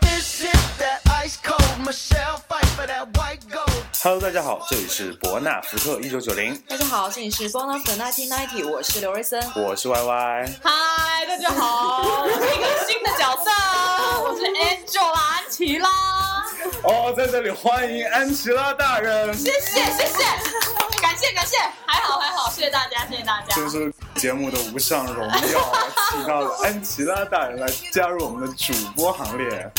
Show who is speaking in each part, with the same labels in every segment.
Speaker 1: This is that ice cold Michelle fight for that white gold.
Speaker 2: Hello，大家好，这里是伯纳福特一九九零，
Speaker 3: 大家好，这里是 Bona f n i t e Ninety，我是刘瑞森。
Speaker 2: 我是 YY。
Speaker 3: 嗨，大家好，我是一个新的角色，哦我是 Angel 安琪拉。
Speaker 2: 哦，在这里欢迎安琪拉大人，
Speaker 3: 谢谢谢谢，感谢感谢，还好还好，谢谢大家谢谢大家。
Speaker 2: 这是节目的无上荣耀，请到了安琪拉大人来加入我们的主播行列，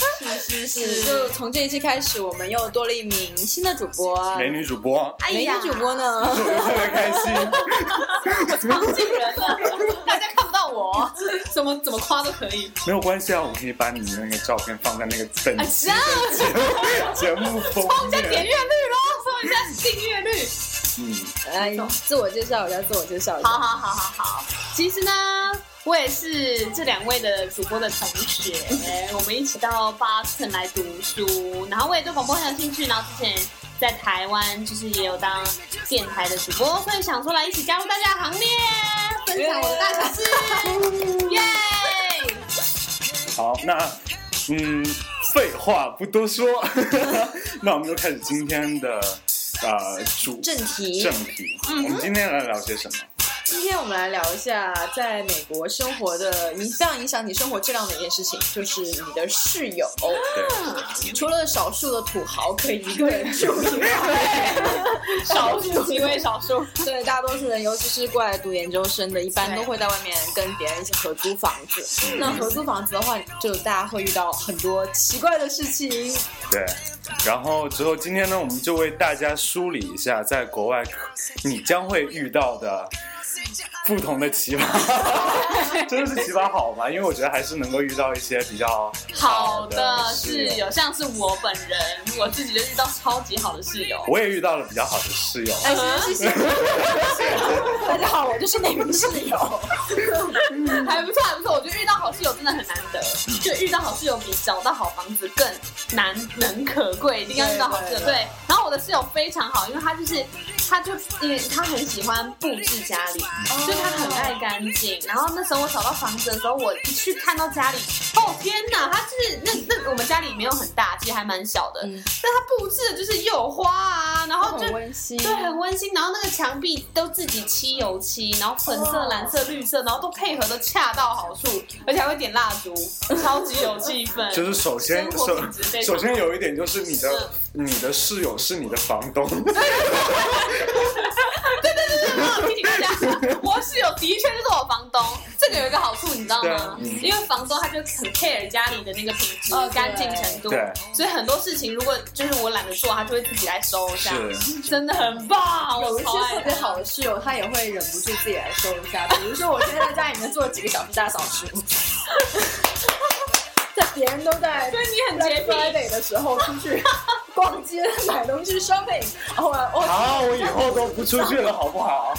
Speaker 3: 是是，就从这一期开始，我们又多了一名新的主播。
Speaker 2: 美女主 播，
Speaker 3: 哎呀，主播呢？
Speaker 2: 我就特别开心。
Speaker 3: 常进人了，大家看不到我，怎么怎么夸都可以。
Speaker 2: 没有关系啊，我可以把你的那个照片放在那个本期
Speaker 3: 这样
Speaker 2: 节目封面。
Speaker 3: 阅率喽，送一下订阅率。
Speaker 2: 嗯，
Speaker 3: 来，自我介绍一下，自我介绍一下。
Speaker 4: 好好好好好，其实呢，我也是这两位的主播的同学， 我们一起到巴斯顿来读书，然后我也对广播很有兴趣，然后之前在台湾就是也有当电台的主播，所以想说来一起加入大家的行列，分享我的大小事， 耶！
Speaker 2: 好，那嗯，废话不多说， 那我们就开始今天的呃主
Speaker 3: 正题
Speaker 2: 正题。
Speaker 4: 嗯
Speaker 2: 我们今天来聊些什么？
Speaker 3: 今天我们来聊一下在美国生活的影非常影响你生活质量的一件事情，就是你的室友。
Speaker 2: 对。
Speaker 3: 除了少数的土豪可以一个人住以外，
Speaker 4: 少数几位少数，
Speaker 3: 对大多数人，尤其是过来读研究生的，一般都会在外面跟别人一起合租房子。那合租房子的话，就大家会遇到很多奇怪的事情。
Speaker 2: 对，然后之后今天呢，我们就为大家梳理一下，在国外你将会遇到的不同的奇葩， 真的是奇葩好吧？因为我觉得还是能够遇到一些比较
Speaker 4: 好
Speaker 2: 的
Speaker 4: 的室友，。像是我本人，我自己就遇到超级好的室友，
Speaker 2: 我也遇到了比较好的室友，
Speaker 3: 哎，
Speaker 4: 嗯
Speaker 3: 谢谢谢谢。大家好，我就是那名室 友。
Speaker 4: 哦
Speaker 3: 嗯
Speaker 4: 还不错，还不错。我觉得遇到好室友真的很难得，就遇到好室友比找到好房子更难能可贵，一定要遇到好室友。
Speaker 3: 对
Speaker 4: 对，然后我的室友非常好，因为他就是他就因为他很喜欢布置家里，
Speaker 3: 哦
Speaker 4: 就他很爱干净。然后那时候我找到房子的时候，我一去看到家里，哦天哪，他就是那那我们家里没有很大，其实还蛮小的，
Speaker 3: 嗯哦
Speaker 4: 但他布置的就是又有花啊，然后就
Speaker 3: 很温馨。
Speaker 4: 对，很温馨。然后那个墙壁都自己漆油漆，然后粉色、蓝色、绿色，然后都配合的恰到好处，而且还会点蜡烛，超级有气 氛。
Speaker 2: 就是首先
Speaker 4: 呃生活
Speaker 2: 首
Speaker 4: 品质非常
Speaker 2: 首先有一点就是你的你的室友是你的房 东，
Speaker 4: 我提醒大家，我室友的确就是我房东。这个有一个好处，你知道吗？
Speaker 2: 对嗯
Speaker 4: 因为房东他就很 care 家里的那个品质
Speaker 3: 哦、对
Speaker 4: 干净程度
Speaker 2: 对，
Speaker 4: 所以很多事情如果就是我懒得做，他就会自己来收一下，
Speaker 2: 是
Speaker 4: 真的很棒，
Speaker 3: 有一
Speaker 4: 我
Speaker 3: 些
Speaker 4: 超爱
Speaker 3: 特
Speaker 4: 的
Speaker 3: 别好的室友，他也会忍不住自己来收一下。比如说，我现在在家里面做了几个小时大扫除，在别人都在
Speaker 4: 所以你很洁
Speaker 3: Black
Speaker 4: 癖。
Speaker 3: Friday 的时候出去逛街买东西 shopping，然后我哦
Speaker 2: 啊，我以后都不出去了，好不 好？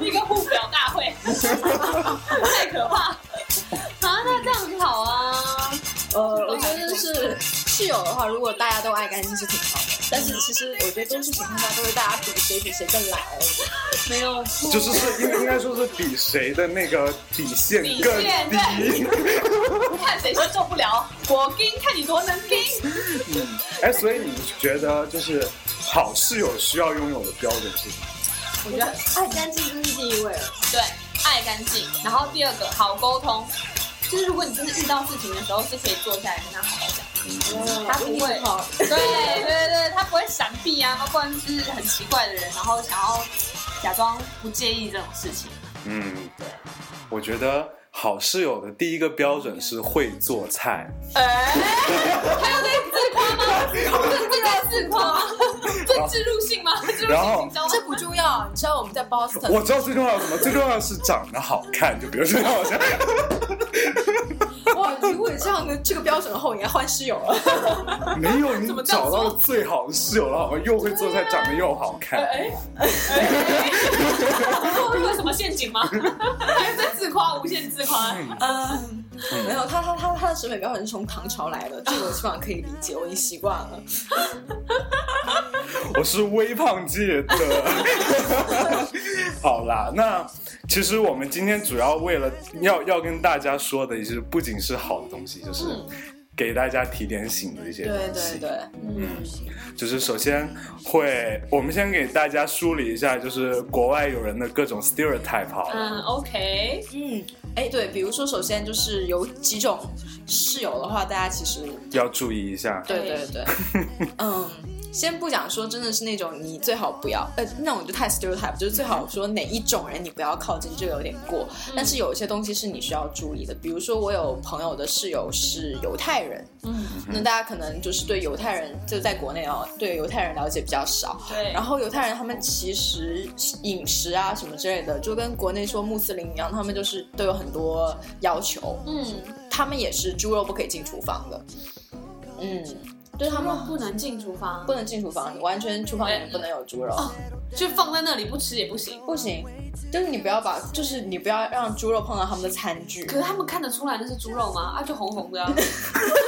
Speaker 4: 一个互表大会， 太可怕！啊，那这样很好啊，
Speaker 3: 呃，我觉得是室友的话，如果大家都爱干净是挺好的，但是其实我觉得都市情况下都会大家比谁比谁更懒而已。
Speaker 4: 没有错
Speaker 2: 就是是应应该说是比谁的那个底线
Speaker 4: 底
Speaker 2: 更
Speaker 4: 线
Speaker 2: 低。
Speaker 4: 看谁先受不了，我跟看你多能跟。
Speaker 2: 哎，所以你觉得就是好室友需要拥有的标准是什么？
Speaker 4: 我觉得
Speaker 3: 爱干净真是第一位了。
Speaker 4: 对，爱干净，然后第二个好沟通。就是如果你真的遇到事情的时候，是可以坐下来跟他好好讲。
Speaker 3: 他不会好，
Speaker 4: 对对对，他不会闪避啊，不然就是很奇怪的人，然后想要假装不介意这种事情。
Speaker 2: 嗯，对，我觉得好室友的第一个标准是会做菜。
Speaker 4: 哎，还有那个自夸吗？这这个自夸，这植入性吗？植入
Speaker 2: 然后
Speaker 4: 性请教吗
Speaker 3: 这不重要。你知道我们在
Speaker 4: 呃
Speaker 3: Boston，
Speaker 2: 我知道最重要的是什么，最重要的是长得好看，就比如说好像。
Speaker 3: 哇，如果有这样的这个标准的话，我应该换室友 了。
Speaker 2: 没有，你找到了最好的室友了，好吗？又会做菜，长得又好
Speaker 3: 哎
Speaker 2: 看。
Speaker 4: 哎 这有什么陷阱吗？还有在自夸，无限自夸。
Speaker 3: 嗯，没有，他他他他的审美标准是从唐朝来的，这个我基本上可以理解，我已经习惯了。
Speaker 2: 我是微胖界的。 好啦，那其实我们今天主要为了要要跟大家说的，就是不仅是好的东西，就是给大家提点醒的一些东
Speaker 3: 对
Speaker 2: 西。
Speaker 3: 嗯对对，嗯，
Speaker 2: 就是首先会，我们先给大家梳理一下，就是国外友人的各种 stereotype 好了。
Speaker 4: 嗯，OK，
Speaker 3: 嗯，哎，对，比如说，首先就是有几种室友的话，大家其实
Speaker 2: 要注意一下，
Speaker 3: 对对对，嗯，先不讲说真的是那种你最好不要，呃，那种就太 stereotype，就是最好说哪一种人你不要靠近，这个有点过。但是有一些东西是你需要注意的，比如说我有朋友的室友是犹太人，嗯，那大家可能就是对犹太人就在国内哦，对犹太人了解比较少，
Speaker 4: 对
Speaker 3: 然后犹太人他们其实饮食啊什么之类的，就跟国内说穆斯林一样，他们就是都有很多要求，
Speaker 4: 嗯，
Speaker 3: 他们也是猪肉不可以进厨房的，嗯，就是他
Speaker 4: 他
Speaker 3: 们
Speaker 4: 们不能进厨房
Speaker 3: 不，能进厨房，完全厨房里面不能有猪肉，
Speaker 4: 哦就放在那里不吃也不行。
Speaker 3: 不行，就是你不要把，就是你不要让猪肉碰到他们的餐具。
Speaker 4: 可是他们看得出来那是猪肉吗？啊，就红 红的、啊。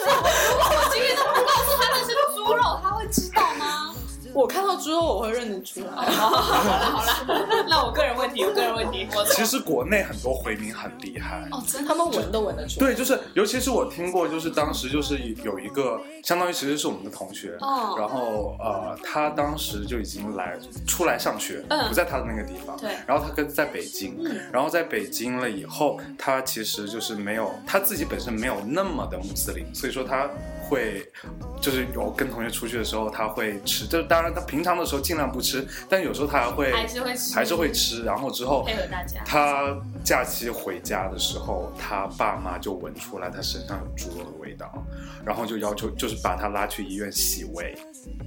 Speaker 4: 我今天都不告诉他那是猪肉，他会知道吗？
Speaker 3: 我看到猪肉我会认得出来，
Speaker 4: 好了好了， 那我个人问题，我个人问题，我
Speaker 2: 其实国内很多回民很厉害。
Speaker 4: 哦，真
Speaker 3: 他
Speaker 4: 的
Speaker 3: 们闻都闻得出来。
Speaker 2: 对，就是，尤其是我听过，就是当时就是有一个，相当于其实是我们的同学，
Speaker 4: 哦
Speaker 2: 然后呃，他当时就已经来出来上学，
Speaker 4: 嗯
Speaker 2: 不在他的那个地方，
Speaker 4: 对嗯
Speaker 2: 然后他跟在北京，然后在北京了以后，他其实就是没有他自己本身没有那么的穆斯林，所以说他会就是有跟同学出去的时候，他会吃，就是当然他平常的时候尽量不吃，但有时候他还会
Speaker 4: 还是会吃
Speaker 2: 还是会吃，然后之后
Speaker 4: 配合大家。
Speaker 2: 他假期回家的时候，他爸妈就闻出来他身上有猪肉的味道，然后就要求就是把他拉去医院洗胃。
Speaker 4: 嗯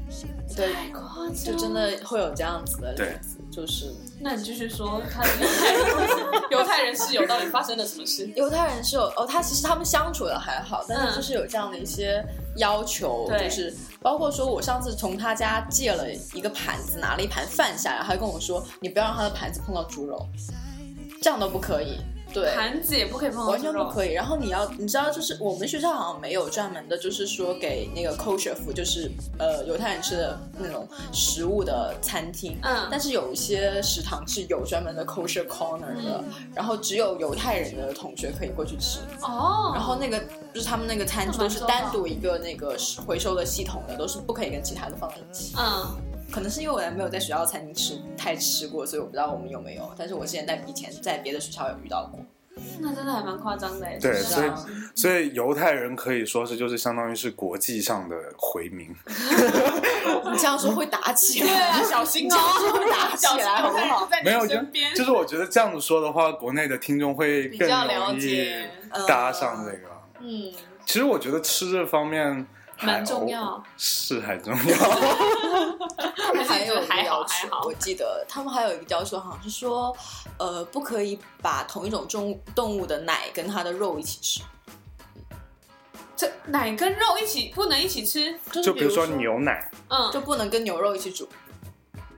Speaker 3: 对，
Speaker 4: 夸
Speaker 3: 就真的会有这样子的例子，就是
Speaker 4: 那你继续说，他的犹太人犹太人室友到底发生了什么事？
Speaker 3: 犹太人是有哦，他其实他们相处的还好，但是就是有这样的一些要求，
Speaker 4: 嗯对
Speaker 3: 就是包括说我上次从他家借了一个盘子，拿了一盘饭下来，他跟我说你不要让他的盘子碰到猪肉，这样都不可以。对，
Speaker 4: 盘子也不可以碰到
Speaker 3: 完
Speaker 4: 猪
Speaker 3: 全不
Speaker 4: 肉，
Speaker 3: 可以。然后你要，你知道，就是我们学校好像没有专门的，就是说给那个 kosher food，就是呃犹太人吃的那种食物的餐厅。
Speaker 4: 嗯
Speaker 3: 但是有一些食堂是有专门的 kosher corner 的，然后只有犹太人的同学可以过去吃。
Speaker 4: 嗯哦，
Speaker 3: 然后那个就是他们那个餐具
Speaker 4: 那蛮
Speaker 3: 都是
Speaker 4: 周到
Speaker 3: 单独一个那个回收的系统的，都是不可以跟其他的放在一起。
Speaker 4: 嗯，
Speaker 3: 可能是因为我没有在学校餐厅吃太吃过，所以我不知道我们有没有。但是我之前在以前在别的学校有遇到过。
Speaker 4: 那真的还蛮夸张的耶。欸
Speaker 2: 对，
Speaker 4: 就是
Speaker 2: 所
Speaker 3: 啊
Speaker 2: 以所以犹太人可以说是就是相当于是国际上的回民。
Speaker 3: 你这样说会打起来。
Speaker 4: 啊，小心哦，
Speaker 3: 打起来好不好？
Speaker 4: 在你
Speaker 2: 没有，就
Speaker 4: 身边，
Speaker 2: 就是我觉得这样子说的话，国内的听众会
Speaker 4: 比
Speaker 2: 更
Speaker 4: 较了
Speaker 2: 容易
Speaker 4: 解
Speaker 2: 搭上这个。
Speaker 4: 嗯，
Speaker 2: 其实我觉得吃这方面还
Speaker 4: 蛮重
Speaker 2: 偶
Speaker 4: 要，
Speaker 2: 是还重要。
Speaker 3: 还有一个
Speaker 4: 还好
Speaker 3: 要求，
Speaker 4: 还好
Speaker 3: 我，记得他们还有一个要求，好像是说，呃，不可以把同一种动动物的奶跟它的肉一起吃，
Speaker 4: 这奶跟肉一起不能一起吃，
Speaker 3: 就是
Speaker 2: 就
Speaker 3: 比
Speaker 2: 比如说，牛奶，
Speaker 4: 嗯，
Speaker 3: 就不能跟牛肉一起煮，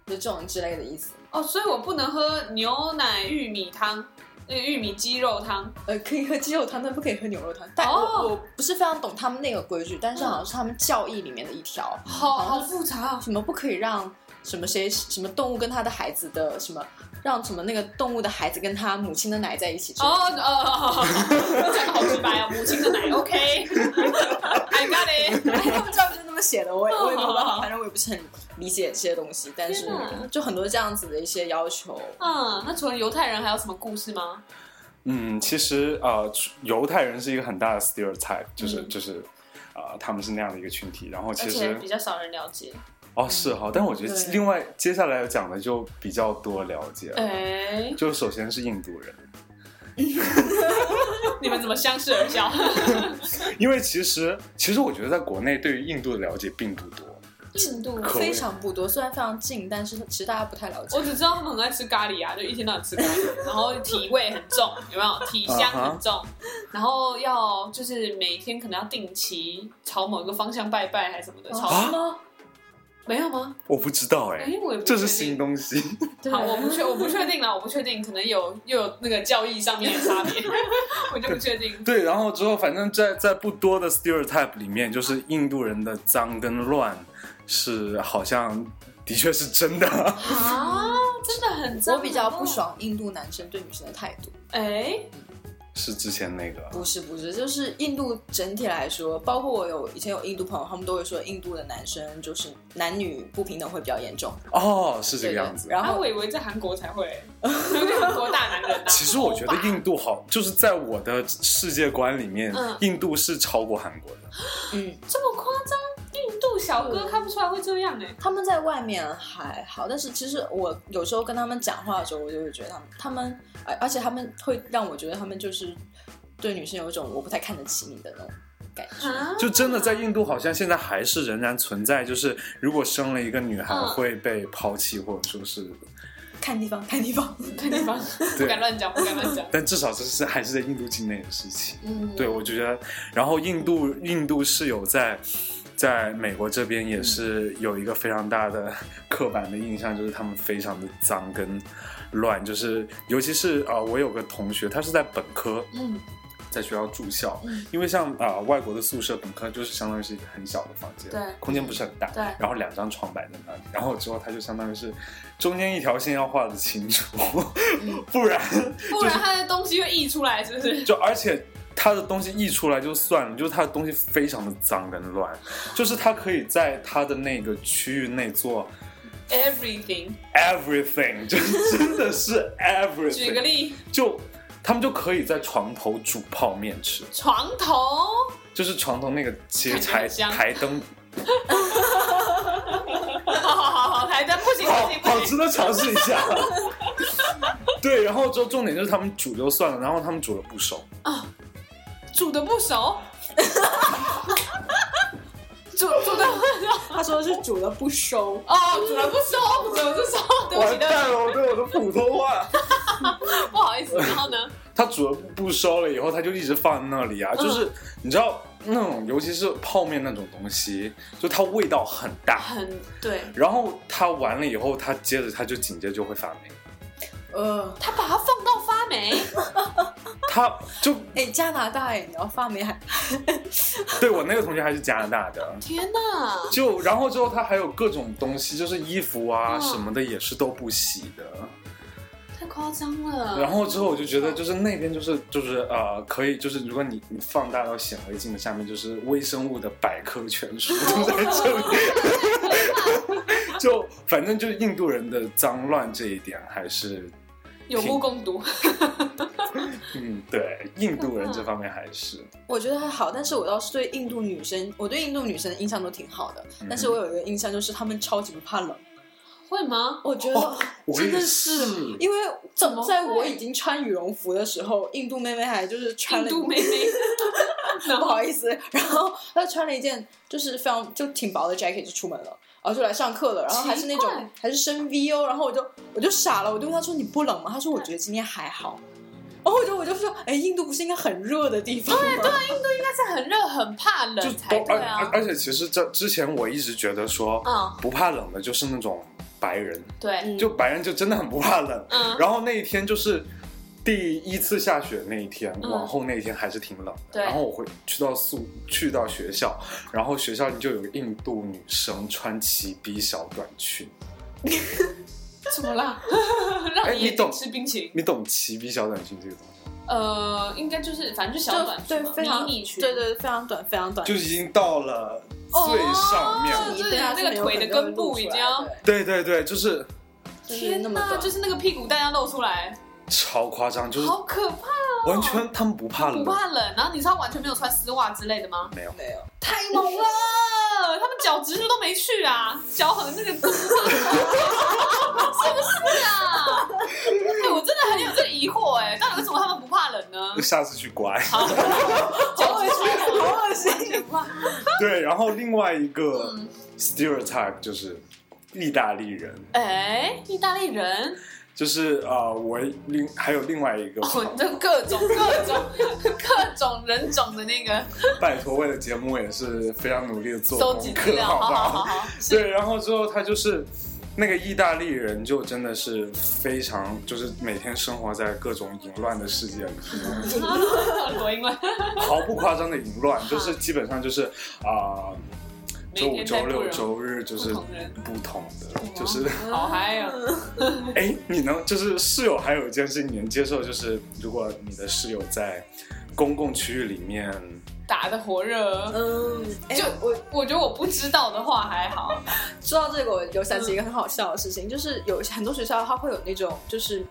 Speaker 3: 就这种之类的意思。
Speaker 4: 哦，所以我不能喝牛奶玉米汤，那个玉米鸡肉汤，
Speaker 3: 呃，可以喝鸡肉汤，但不可以喝牛肉汤。但我、
Speaker 4: 哦
Speaker 3: 我不是非常懂他们那个规矩，但是好像是他们教义里面的一条，
Speaker 4: 好
Speaker 3: 好
Speaker 4: 好复杂哦。
Speaker 3: 什么不可以让什么谁什么动物跟它的孩子的什么，让什么那个动物的孩子跟它母亲的奶在一起吃。
Speaker 4: 哦哦，讲的好直白哦，母亲的奶，OK，I got it。
Speaker 3: 哎，他们知道就是那么写的， 我也我也没有办
Speaker 4: 哦
Speaker 3: 法，反正我也不是很理解这些东西，但是
Speaker 4: 天哪
Speaker 3: 就很多这样子的一些要求，
Speaker 4: 嗯，那除了犹太人还有什么故事吗？
Speaker 2: 嗯，其实呃，犹太人是一个很大的 stereotype，就是、就是，呃，他们是那样的一个群体。然后
Speaker 4: 嗯而
Speaker 2: 其
Speaker 4: 且
Speaker 2: 实
Speaker 4: 比较嗯少人了解。
Speaker 2: 哦是哈，但我觉得
Speaker 3: 对
Speaker 2: 另外接下来讲的就比较多了解了。
Speaker 4: 哎，
Speaker 2: 就首先是印度人，
Speaker 4: 你们怎么相视而笑？
Speaker 2: 因为其实其实我觉得在国内对于印度的了解并不多。
Speaker 4: 印度
Speaker 2: 口味
Speaker 3: 非常不多，虽然非常近，但是其实大家不太了解
Speaker 2: 啊
Speaker 4: 我。只知道他们很爱吃咖喱啊，就一天到晚吃咖喱，然后体味很重，有没有？体香很重，然后要就是每天可能要定期朝某一个方向拜拜还是什么的，朝
Speaker 2: 啊
Speaker 3: 吗？没有吗？
Speaker 2: 我不知道哎、
Speaker 4: 哎，我也不
Speaker 2: 这是
Speaker 4: 确定
Speaker 2: 新东西。
Speaker 4: 好，我不确我不确定了，我不确定，可能有又有那个教义上面的差别， 我就不确定。
Speaker 2: 对，然后之后反正在，在不多的 stereotype 里面，就是印度人的脏跟乱是好像的确是真的。
Speaker 4: 啊，真的很脏。
Speaker 3: 我比较不。爽印度男生对女生的态度。
Speaker 4: 哎，
Speaker 2: 是之前那个，
Speaker 3: 不是不是，就是印度整体来说，包括我有以前有印度朋友，他们都会说印度的男生就是男女不平等会比较严重，
Speaker 2: 哦，是这
Speaker 3: 对
Speaker 2: 个
Speaker 3: 的
Speaker 2: 样子。
Speaker 3: 然
Speaker 4: 啊，
Speaker 3: 后
Speaker 4: 我以为在韩国才会，韩国大男人啊。
Speaker 2: 其实我觉得印度好，就是在我的世界观里面，
Speaker 4: 嗯
Speaker 2: 印度是超过韩国的。
Speaker 3: 嗯，
Speaker 4: 这么夸张，印度小哥看不出来会这样哎。
Speaker 3: 他们在外面还好，但是其实我有时候跟他们讲话的时候，我就会觉得他们他们，而而且他们会让我觉得他们就是对女生有一种我不太看得起你的那种感觉。
Speaker 4: 啊，
Speaker 2: 就真的在印度，好像现在还是仍然存在，就是如果生了一个女孩
Speaker 4: 嗯
Speaker 2: 会被抛弃，或者说是，
Speaker 3: 看地方，看地方，
Speaker 4: 这地方不
Speaker 2: 对，
Speaker 4: 敢乱讲，不敢乱讲。
Speaker 2: 但至少这是还是在印度境内的事情。
Speaker 4: 嗯，
Speaker 2: 对，我觉得，然后印度印度是有在在美国这边
Speaker 4: 嗯
Speaker 2: 也是有一个非常大的 刻板的印象，就是他们非常的脏跟乱，就是尤其是啊、呃我有个同学，他是在本科，
Speaker 4: 嗯，
Speaker 2: 在学校住校，
Speaker 4: 嗯
Speaker 2: 因为像啊、呃外国的宿舍本科就是相当于是一个很小的房间，
Speaker 4: 对
Speaker 2: 空间不是很大，
Speaker 4: 对
Speaker 2: 然后两张床摆在那里，然后之后他就相当于是中间一条线要画的清楚，
Speaker 4: 嗯
Speaker 2: 不然
Speaker 4: 不然他的东西会溢出来，是不是？
Speaker 2: 就而且他的东西溢出来就算了，就是他的东西非常的脏跟乱，就是他可以在他的那个区域内做
Speaker 4: Everything，
Speaker 2: everything，就真的是 everything。
Speaker 4: 举个，例，
Speaker 2: 就他们就可以在床头煮泡面吃，
Speaker 4: 床头，
Speaker 2: 就是床头那个其实台
Speaker 4: 看起来很香
Speaker 2: 台 灯，
Speaker 4: 好好好好，台灯不行
Speaker 2: 好
Speaker 4: 不行不
Speaker 2: 好
Speaker 4: 行，
Speaker 2: 值得尝试一下。 对，然后之后重点就是他们煮就算了，然后他们煮了不熟，
Speaker 4: 煮的不熟， 煮煮的
Speaker 3: 他说是煮了不收，
Speaker 4: 哦，煮的不熟，煮的不熟，对不起
Speaker 2: 完
Speaker 4: 对
Speaker 2: 蛋了，我对我的普通话。
Speaker 4: 不起，不好意思。然后呢，
Speaker 2: 他煮了不收了以后，他就一直放在那里
Speaker 4: 嗯
Speaker 2: 啊，就是你知道那种，尤其是泡面那种东西，就它味道很大，
Speaker 4: 很对，
Speaker 2: 然后它完了以后，它接着它就紧接着就会发霉，
Speaker 3: 呃，
Speaker 4: 他把它放到发霉，
Speaker 2: 它就
Speaker 3: 哎，加拿大哎，你要发霉还
Speaker 2: 对我那个同学还是加拿大的。
Speaker 4: 天哪！
Speaker 2: 就然后之后，它还有各种东西，就是衣服啊
Speaker 4: 嗯
Speaker 2: 什么的也是都不洗的。
Speaker 4: 太夸张了。
Speaker 2: 然后之后我就觉
Speaker 4: 嗯
Speaker 2: 得，就是那边就是就是呃，可以就是如果你你放大到显微镜的下面，就是微生物的百科全书都在
Speaker 4: 哦
Speaker 2: 这里。 就反正就是印度人的脏乱这一点，还是
Speaker 4: 有目共睹，
Speaker 2: 嗯，对，印度人这方面还是
Speaker 3: 我觉得还好，但是我倒是对印度女生，我对印度女生的印象都挺好的，但是我有一个印象就是她们超级不怕冷。
Speaker 4: 会吗？
Speaker 3: 我觉得、
Speaker 2: 哦我
Speaker 3: 真的
Speaker 2: 也
Speaker 3: 是
Speaker 2: 是，
Speaker 3: 因为
Speaker 4: 怎么会
Speaker 3: 在我已经穿羽绒服的时候，印度妹妹还就是穿
Speaker 4: 印
Speaker 3: 了
Speaker 4: 度妹妹，然
Speaker 3: 不
Speaker 4: 后
Speaker 3: 好意思，然后她穿了一件就是非常就挺薄的 jacket 就出门了，然后就来上课了，然后还是那
Speaker 4: 奇怪
Speaker 3: 种还是深 V 哦，然后我就我就傻了，我就问她说你不冷吗？她说我觉得今天还好，然后我就我就说哎，印度不是应该很热的地方吗？对对，
Speaker 4: 但是很热，很怕
Speaker 2: 就
Speaker 4: 冷才
Speaker 2: 都
Speaker 4: 对
Speaker 2: 而
Speaker 4: 啊
Speaker 2: 而。而且其实这之前我一直觉得说
Speaker 4: 嗯，
Speaker 2: 不怕冷的就是那种白人，
Speaker 4: 对，
Speaker 3: 嗯
Speaker 2: 就白人就真的很不怕冷。
Speaker 4: 嗯，
Speaker 2: 然后那一天就是第一次下雪那一天，
Speaker 4: 嗯
Speaker 2: 往后那一天还是挺冷的。
Speaker 4: 对
Speaker 2: 然后我回去到宿去到学校，然后学校里就有个印度女生穿齐逼小短裙，
Speaker 4: 怎么啦？让
Speaker 2: 哎
Speaker 4: 你
Speaker 2: 你
Speaker 4: 眼睛
Speaker 2: 懂
Speaker 4: 吃冰淇淋？
Speaker 2: 你懂齐逼小短裙这个东西吗？
Speaker 4: 呃，应该就是反正就小短
Speaker 3: 就
Speaker 4: 裙
Speaker 3: 对
Speaker 4: 嘛，
Speaker 3: 非常
Speaker 4: 迷你裙，
Speaker 3: 对对非常短非常短，
Speaker 2: 就已经到了最上面了。
Speaker 4: 哦
Speaker 3: 对啊
Speaker 4: 就是那个腿的根部已经要
Speaker 2: 对对对，就是
Speaker 3: 天
Speaker 4: 天
Speaker 3: 那么
Speaker 4: 哪，
Speaker 3: 短，
Speaker 4: 就是那个屁股蛋要露出来，
Speaker 2: 超夸张，就是
Speaker 4: 好可怕哦！
Speaker 2: 完全他们不怕冷
Speaker 4: 不，怕冷。然后你知道完全没有穿丝袜之类的吗？
Speaker 2: 没有。
Speaker 3: 没有。
Speaker 4: 太猛了！ 他们脚趾头都没去啊，脚很那个，是不是啊？哎、我真的很有这个疑惑哎、到底为什么他们不怕冷呢？
Speaker 2: 下次去乖。
Speaker 4: 好，脚趾穿的
Speaker 3: 好恶心！
Speaker 4: 完全不怕。
Speaker 2: 对，然后另外一个
Speaker 4: 嗯
Speaker 2: stereotype 就是意大利人，
Speaker 4: 哎、意大利人
Speaker 2: 就是呃，我另还有另外一个，
Speaker 4: 哦，你这各种各种各种人种的那个
Speaker 2: 拜托，为了节目也是非常努力的做
Speaker 4: 收集
Speaker 2: 功
Speaker 4: 资
Speaker 2: 课，
Speaker 4: 料，
Speaker 2: 好
Speaker 4: 好
Speaker 2: 不
Speaker 4: 好好好，
Speaker 2: 对，然后之后他就是那个意大利人，就真的是非常，就是每天生活在各种淫乱的世界里，
Speaker 4: 我因为
Speaker 2: 毫不夸张的淫乱，就是基本上就是啊。周五、周六、周日就是
Speaker 4: 不同人
Speaker 2: 不同的，就是
Speaker 4: 好嗨啊！
Speaker 2: 哎，你能就是室友还有一件事你能接受，就是如果你的室友在公共区域里面，
Speaker 4: 打的火热。
Speaker 3: 嗯，哎
Speaker 4: 就我，我觉得我不知道的话还好，
Speaker 3: 说到这个，我有想起一个
Speaker 4: 嗯
Speaker 3: 很好笑的事情，就是有很多学校它会有那种就是。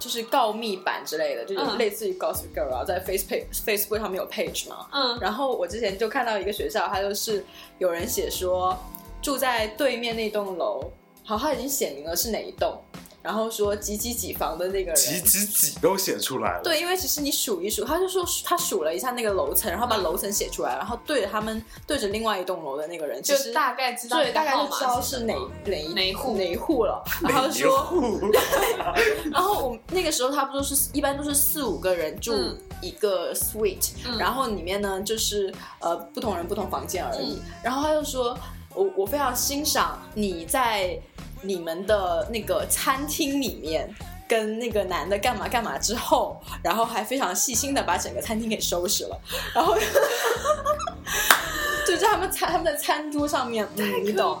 Speaker 3: 就是告密版之类的，就是
Speaker 4: 嗯
Speaker 3: 类似于 Gossip Girl 啊，在 Facebook Facebook 上面有 page 嘛，
Speaker 4: 嗯，
Speaker 3: 然后我之前就看到一个学校，它就是有人写说住在对面那栋楼，好，他已经写明了是哪一栋，然后说几几几房的那个人。
Speaker 2: 几几几都写出来了。
Speaker 3: 对，因为其实你数一数，他就说他数了一下那个楼层，然后
Speaker 4: 嗯
Speaker 3: 把楼层写出来，然后对着他们对着另外一栋楼的那个人，其
Speaker 4: 就
Speaker 3: 实
Speaker 4: 大概知道
Speaker 3: 对大概
Speaker 4: 号
Speaker 3: 就
Speaker 4: 码
Speaker 3: 知道是哪哪一
Speaker 4: 哪一户
Speaker 3: 哪一户 了。然
Speaker 2: 哪
Speaker 3: 后
Speaker 2: 一
Speaker 3: 说，
Speaker 2: 户
Speaker 3: 然后我们那个时候差不多是一般都是四五个人住
Speaker 4: 嗯
Speaker 3: 一个 suite，、
Speaker 4: 嗯
Speaker 3: 然后里面呢就是呃不同人不同房间而
Speaker 4: 嗯
Speaker 3: 已。然后他就说，我我非常欣赏你在你们的那个餐厅里面。跟那个男的干嘛干嘛之后，然后还非常细心的把整个餐厅给收拾了，然后 就在他们餐他们的餐桌上面，嗯，你懂，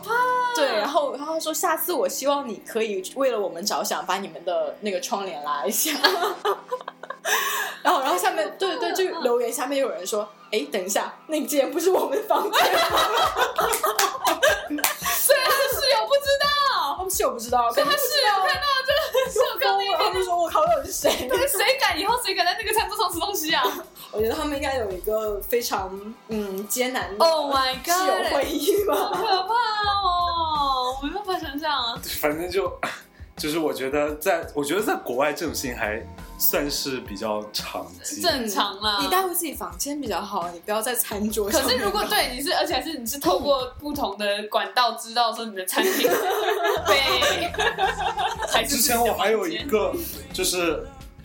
Speaker 3: 对，然后然后他说下次我希望你可以为了我们着想，把你们的那个窗帘拉一下。 然后然后下面对对，就留言下面有人说，哎，等一下，那间不是我们房间吗？
Speaker 4: 所以他的啊室友不知道，
Speaker 3: 他们室友不知道，
Speaker 4: 所以他室友看到 这个室友看到那
Speaker 3: 他
Speaker 4: 个
Speaker 3: 们说我靠，到底是谁？
Speaker 4: 那个谁敢以后谁敢在那个餐桌上吃东西啊
Speaker 3: 我觉得他们应该有一个非常嗯艰难的
Speaker 4: ？Oh my
Speaker 3: 室友
Speaker 4: god！
Speaker 3: 会议
Speaker 4: 好
Speaker 3: 吧。
Speaker 4: 可怕哦，我没办法想象啊。
Speaker 2: 反正就就是我觉得在，我觉得在国外这种事情还算是比较常见。
Speaker 4: 正常啦。
Speaker 3: 你带回自己房间比较好，你不要在餐桌上
Speaker 4: 啊可
Speaker 3: 面。
Speaker 4: 是如果对你是，而且还是你是透过不同的管道知道说你的餐 厅对，还是
Speaker 2: 之前我还有一
Speaker 4: 个
Speaker 2: 个就是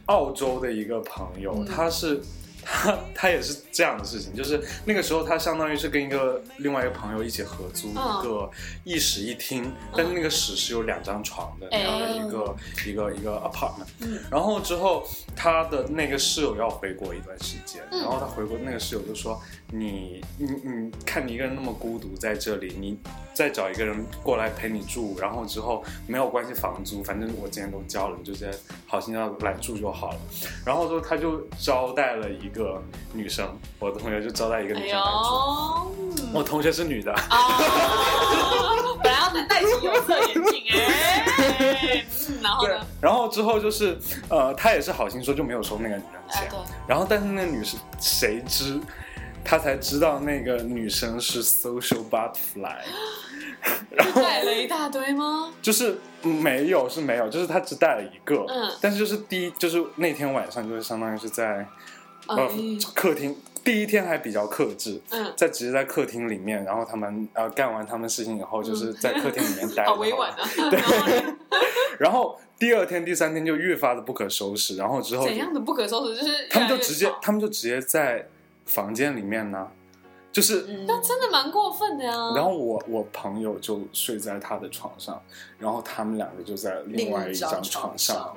Speaker 2: 澳洲的一个朋友，他是。他他也是这样的事情，就是那个时候他相当于是跟一个另外一个朋友一起合租
Speaker 4: 嗯
Speaker 2: 一个一室一厅，但是那个室是有两张床的那样的一个
Speaker 4: 哎
Speaker 2: 一个一个 apartment，、然
Speaker 4: 嗯
Speaker 2: 后之后他的那个室友要回国一段时间，
Speaker 4: 嗯
Speaker 2: 然后他回国那个室友就说你你你看你一个人那么孤独在这里，你再找一个人过来陪你住，然后之后没有关系房租，反正我今天都交了，你就直接好心要来住就好了。然后之后他就招待了一个女生，我的同学就招待一个
Speaker 4: 哎
Speaker 2: 女
Speaker 4: 呦
Speaker 2: 生来住，我同学是女的，
Speaker 4: 啊，本来要戴起有色眼镜哎、嗯然后
Speaker 2: 对
Speaker 4: 呢？，
Speaker 2: 然后之后就是呃，他也是好心说就没有收那个女生
Speaker 4: 哎
Speaker 2: 钱，
Speaker 4: 对
Speaker 2: 然后但是那女生谁知，他才知道那个女生是 social butterfly，
Speaker 4: 就带了一大堆吗？
Speaker 2: 就是没有是没有，就是他只带了一个，
Speaker 4: 嗯
Speaker 2: 但是就是第一就是那天晚上就是相当于是在呃、
Speaker 4: 嗯
Speaker 2: 客厅。第一天还比较克制，
Speaker 4: 嗯
Speaker 2: 在直接在客厅里面，然后他们呃干完他们事情以后，就是在客厅里面待着，
Speaker 4: 嗯 好委婉啊！
Speaker 2: 然后第二天、第三天就越发的不可收拾，然后之后就
Speaker 4: 怎样的不可收拾？就是
Speaker 2: 他们
Speaker 4: 越
Speaker 2: 就
Speaker 4: 来越
Speaker 2: 直接
Speaker 4: 吵，
Speaker 2: 他们就直接在房间里面呢，就是，
Speaker 3: 嗯
Speaker 4: 那真的蛮过分的呀。
Speaker 2: 然后我我朋友就睡在他的床上，然后他们两个就在另外一张床上。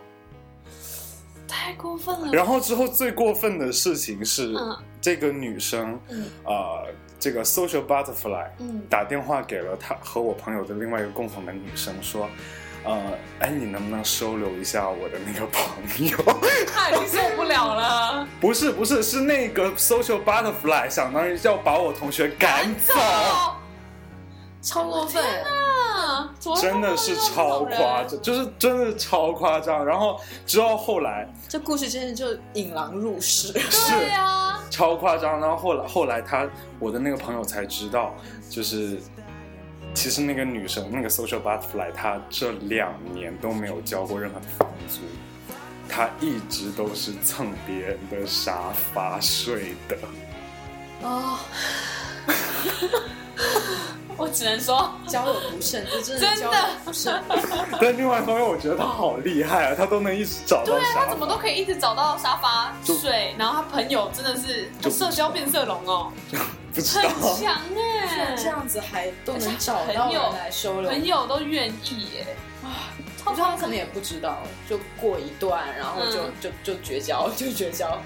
Speaker 4: 太过分了。
Speaker 2: 然后之后最过分的事情是，
Speaker 4: 嗯
Speaker 2: 这个女生，
Speaker 3: 嗯
Speaker 2: 呃，这个 social butterfly
Speaker 4: 嗯，
Speaker 2: 打电话给了他和我朋友的另外一个共同的女生说。呃，哎，你能不能收留一下我的那个朋友？
Speaker 4: 他已经受不 了了。
Speaker 2: 不是不是，是那个 social butterfly 想当于要把我同学赶走，
Speaker 4: 哦，
Speaker 3: 超过分，
Speaker 4: 啊怎么会
Speaker 2: 真的是超夸
Speaker 4: 这种人
Speaker 2: 张，就是真的超夸张。然后之后后来
Speaker 3: 这故事真的就引狼入室。
Speaker 2: 是
Speaker 4: 对呀，
Speaker 2: 超夸张，然后后来后来他我的那个朋友才知道，就是其实那个女生那个 social butterfly 她这两年都没有交过任何的房租，她一直都是蹭别人的沙发睡的。
Speaker 3: 哦，
Speaker 4: 我只能说，
Speaker 3: 交友不慎，就真的
Speaker 4: 真的
Speaker 3: 交友不 慎。
Speaker 2: 但另外一方面，我觉得他好厉害啊，他都能一直找到
Speaker 4: 对啊，
Speaker 2: 啥
Speaker 4: 他怎么都可以一直找到沙发
Speaker 2: 就
Speaker 4: 睡，然后他朋友真的是
Speaker 2: 就
Speaker 4: 社交变色龙哦，
Speaker 2: 不知
Speaker 4: 很
Speaker 2: 道。
Speaker 4: 强哎、
Speaker 3: 这样子还都能找到人来收留，
Speaker 4: 朋友都愿意耶、
Speaker 3: 我觉得他们可能也不啊知道，就过一段，然后就、
Speaker 4: 嗯
Speaker 3: 就就绝交， 就绝交。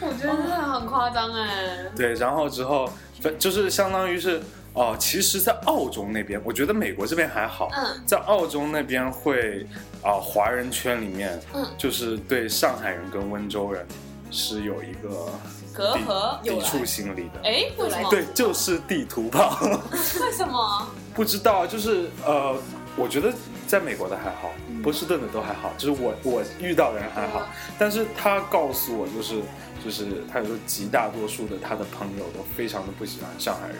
Speaker 4: 我觉得真的很夸张哎。
Speaker 2: 对，然后之后反就是相当于是哦、其实，在澳洲那边，我觉得美国这边还好，
Speaker 4: 嗯
Speaker 2: 在澳洲那边会啊、华人圈里面，
Speaker 4: 嗯
Speaker 2: 就是对上海人跟温州人是有一个
Speaker 4: 隔
Speaker 2: 抵
Speaker 4: 阂
Speaker 2: 抵
Speaker 3: 有来
Speaker 2: 触心理的。
Speaker 4: 哎，为什么？
Speaker 2: 对，就是地图炮，
Speaker 4: 为什么？
Speaker 2: 不知道，就是呃，我觉得在美国的还好，波士顿的都还好，就是我我遇到的人还好，但是他告诉我就是就是他说极大多数的他的朋友都非常的不喜欢上海人，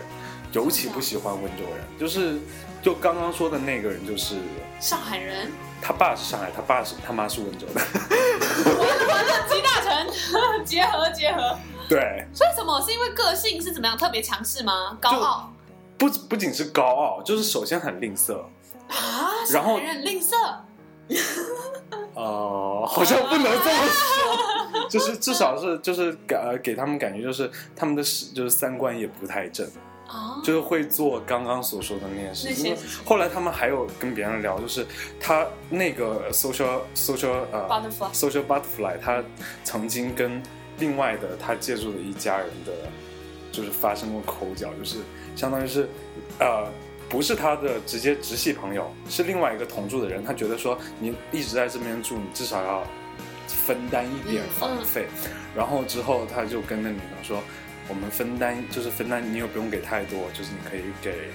Speaker 2: 尤其不喜欢温州人，就是就刚刚说的那个人就是。
Speaker 4: 上海人，
Speaker 2: 他爸是上海，他爸是他妈是温州的，
Speaker 4: 集大成，结合结合。
Speaker 2: 对，
Speaker 4: 所以什么？是因为个性是怎么样特别强势吗？高傲
Speaker 2: 不不仅是高傲，就是首先很吝啬，
Speaker 4: 啊？
Speaker 2: 然后
Speaker 4: 上海人很吝啬，
Speaker 2: 呃，好像不能这么说，就是至少是就是给呃给他们感觉就是他们的是就是三观也不太正，
Speaker 4: 啊，
Speaker 2: 就是会做刚刚所说的那件事
Speaker 4: 那
Speaker 2: 情。
Speaker 4: 些
Speaker 2: 因为后来他们还有跟别人聊，就是他那个 social social 呃
Speaker 4: Butterfly
Speaker 2: social butterfly，他曾经跟另外的他借住的一家人的，就是发生过口角，就是相当于是呃。不是他的直接直系朋友，是另外一个同住的人。他觉得说你一直在这边住，你至少要分担一点
Speaker 3: 嗯
Speaker 2: 房费。然后之后他就跟那女的说，我们分担就是分担，你也不用给太多，就是你可以给，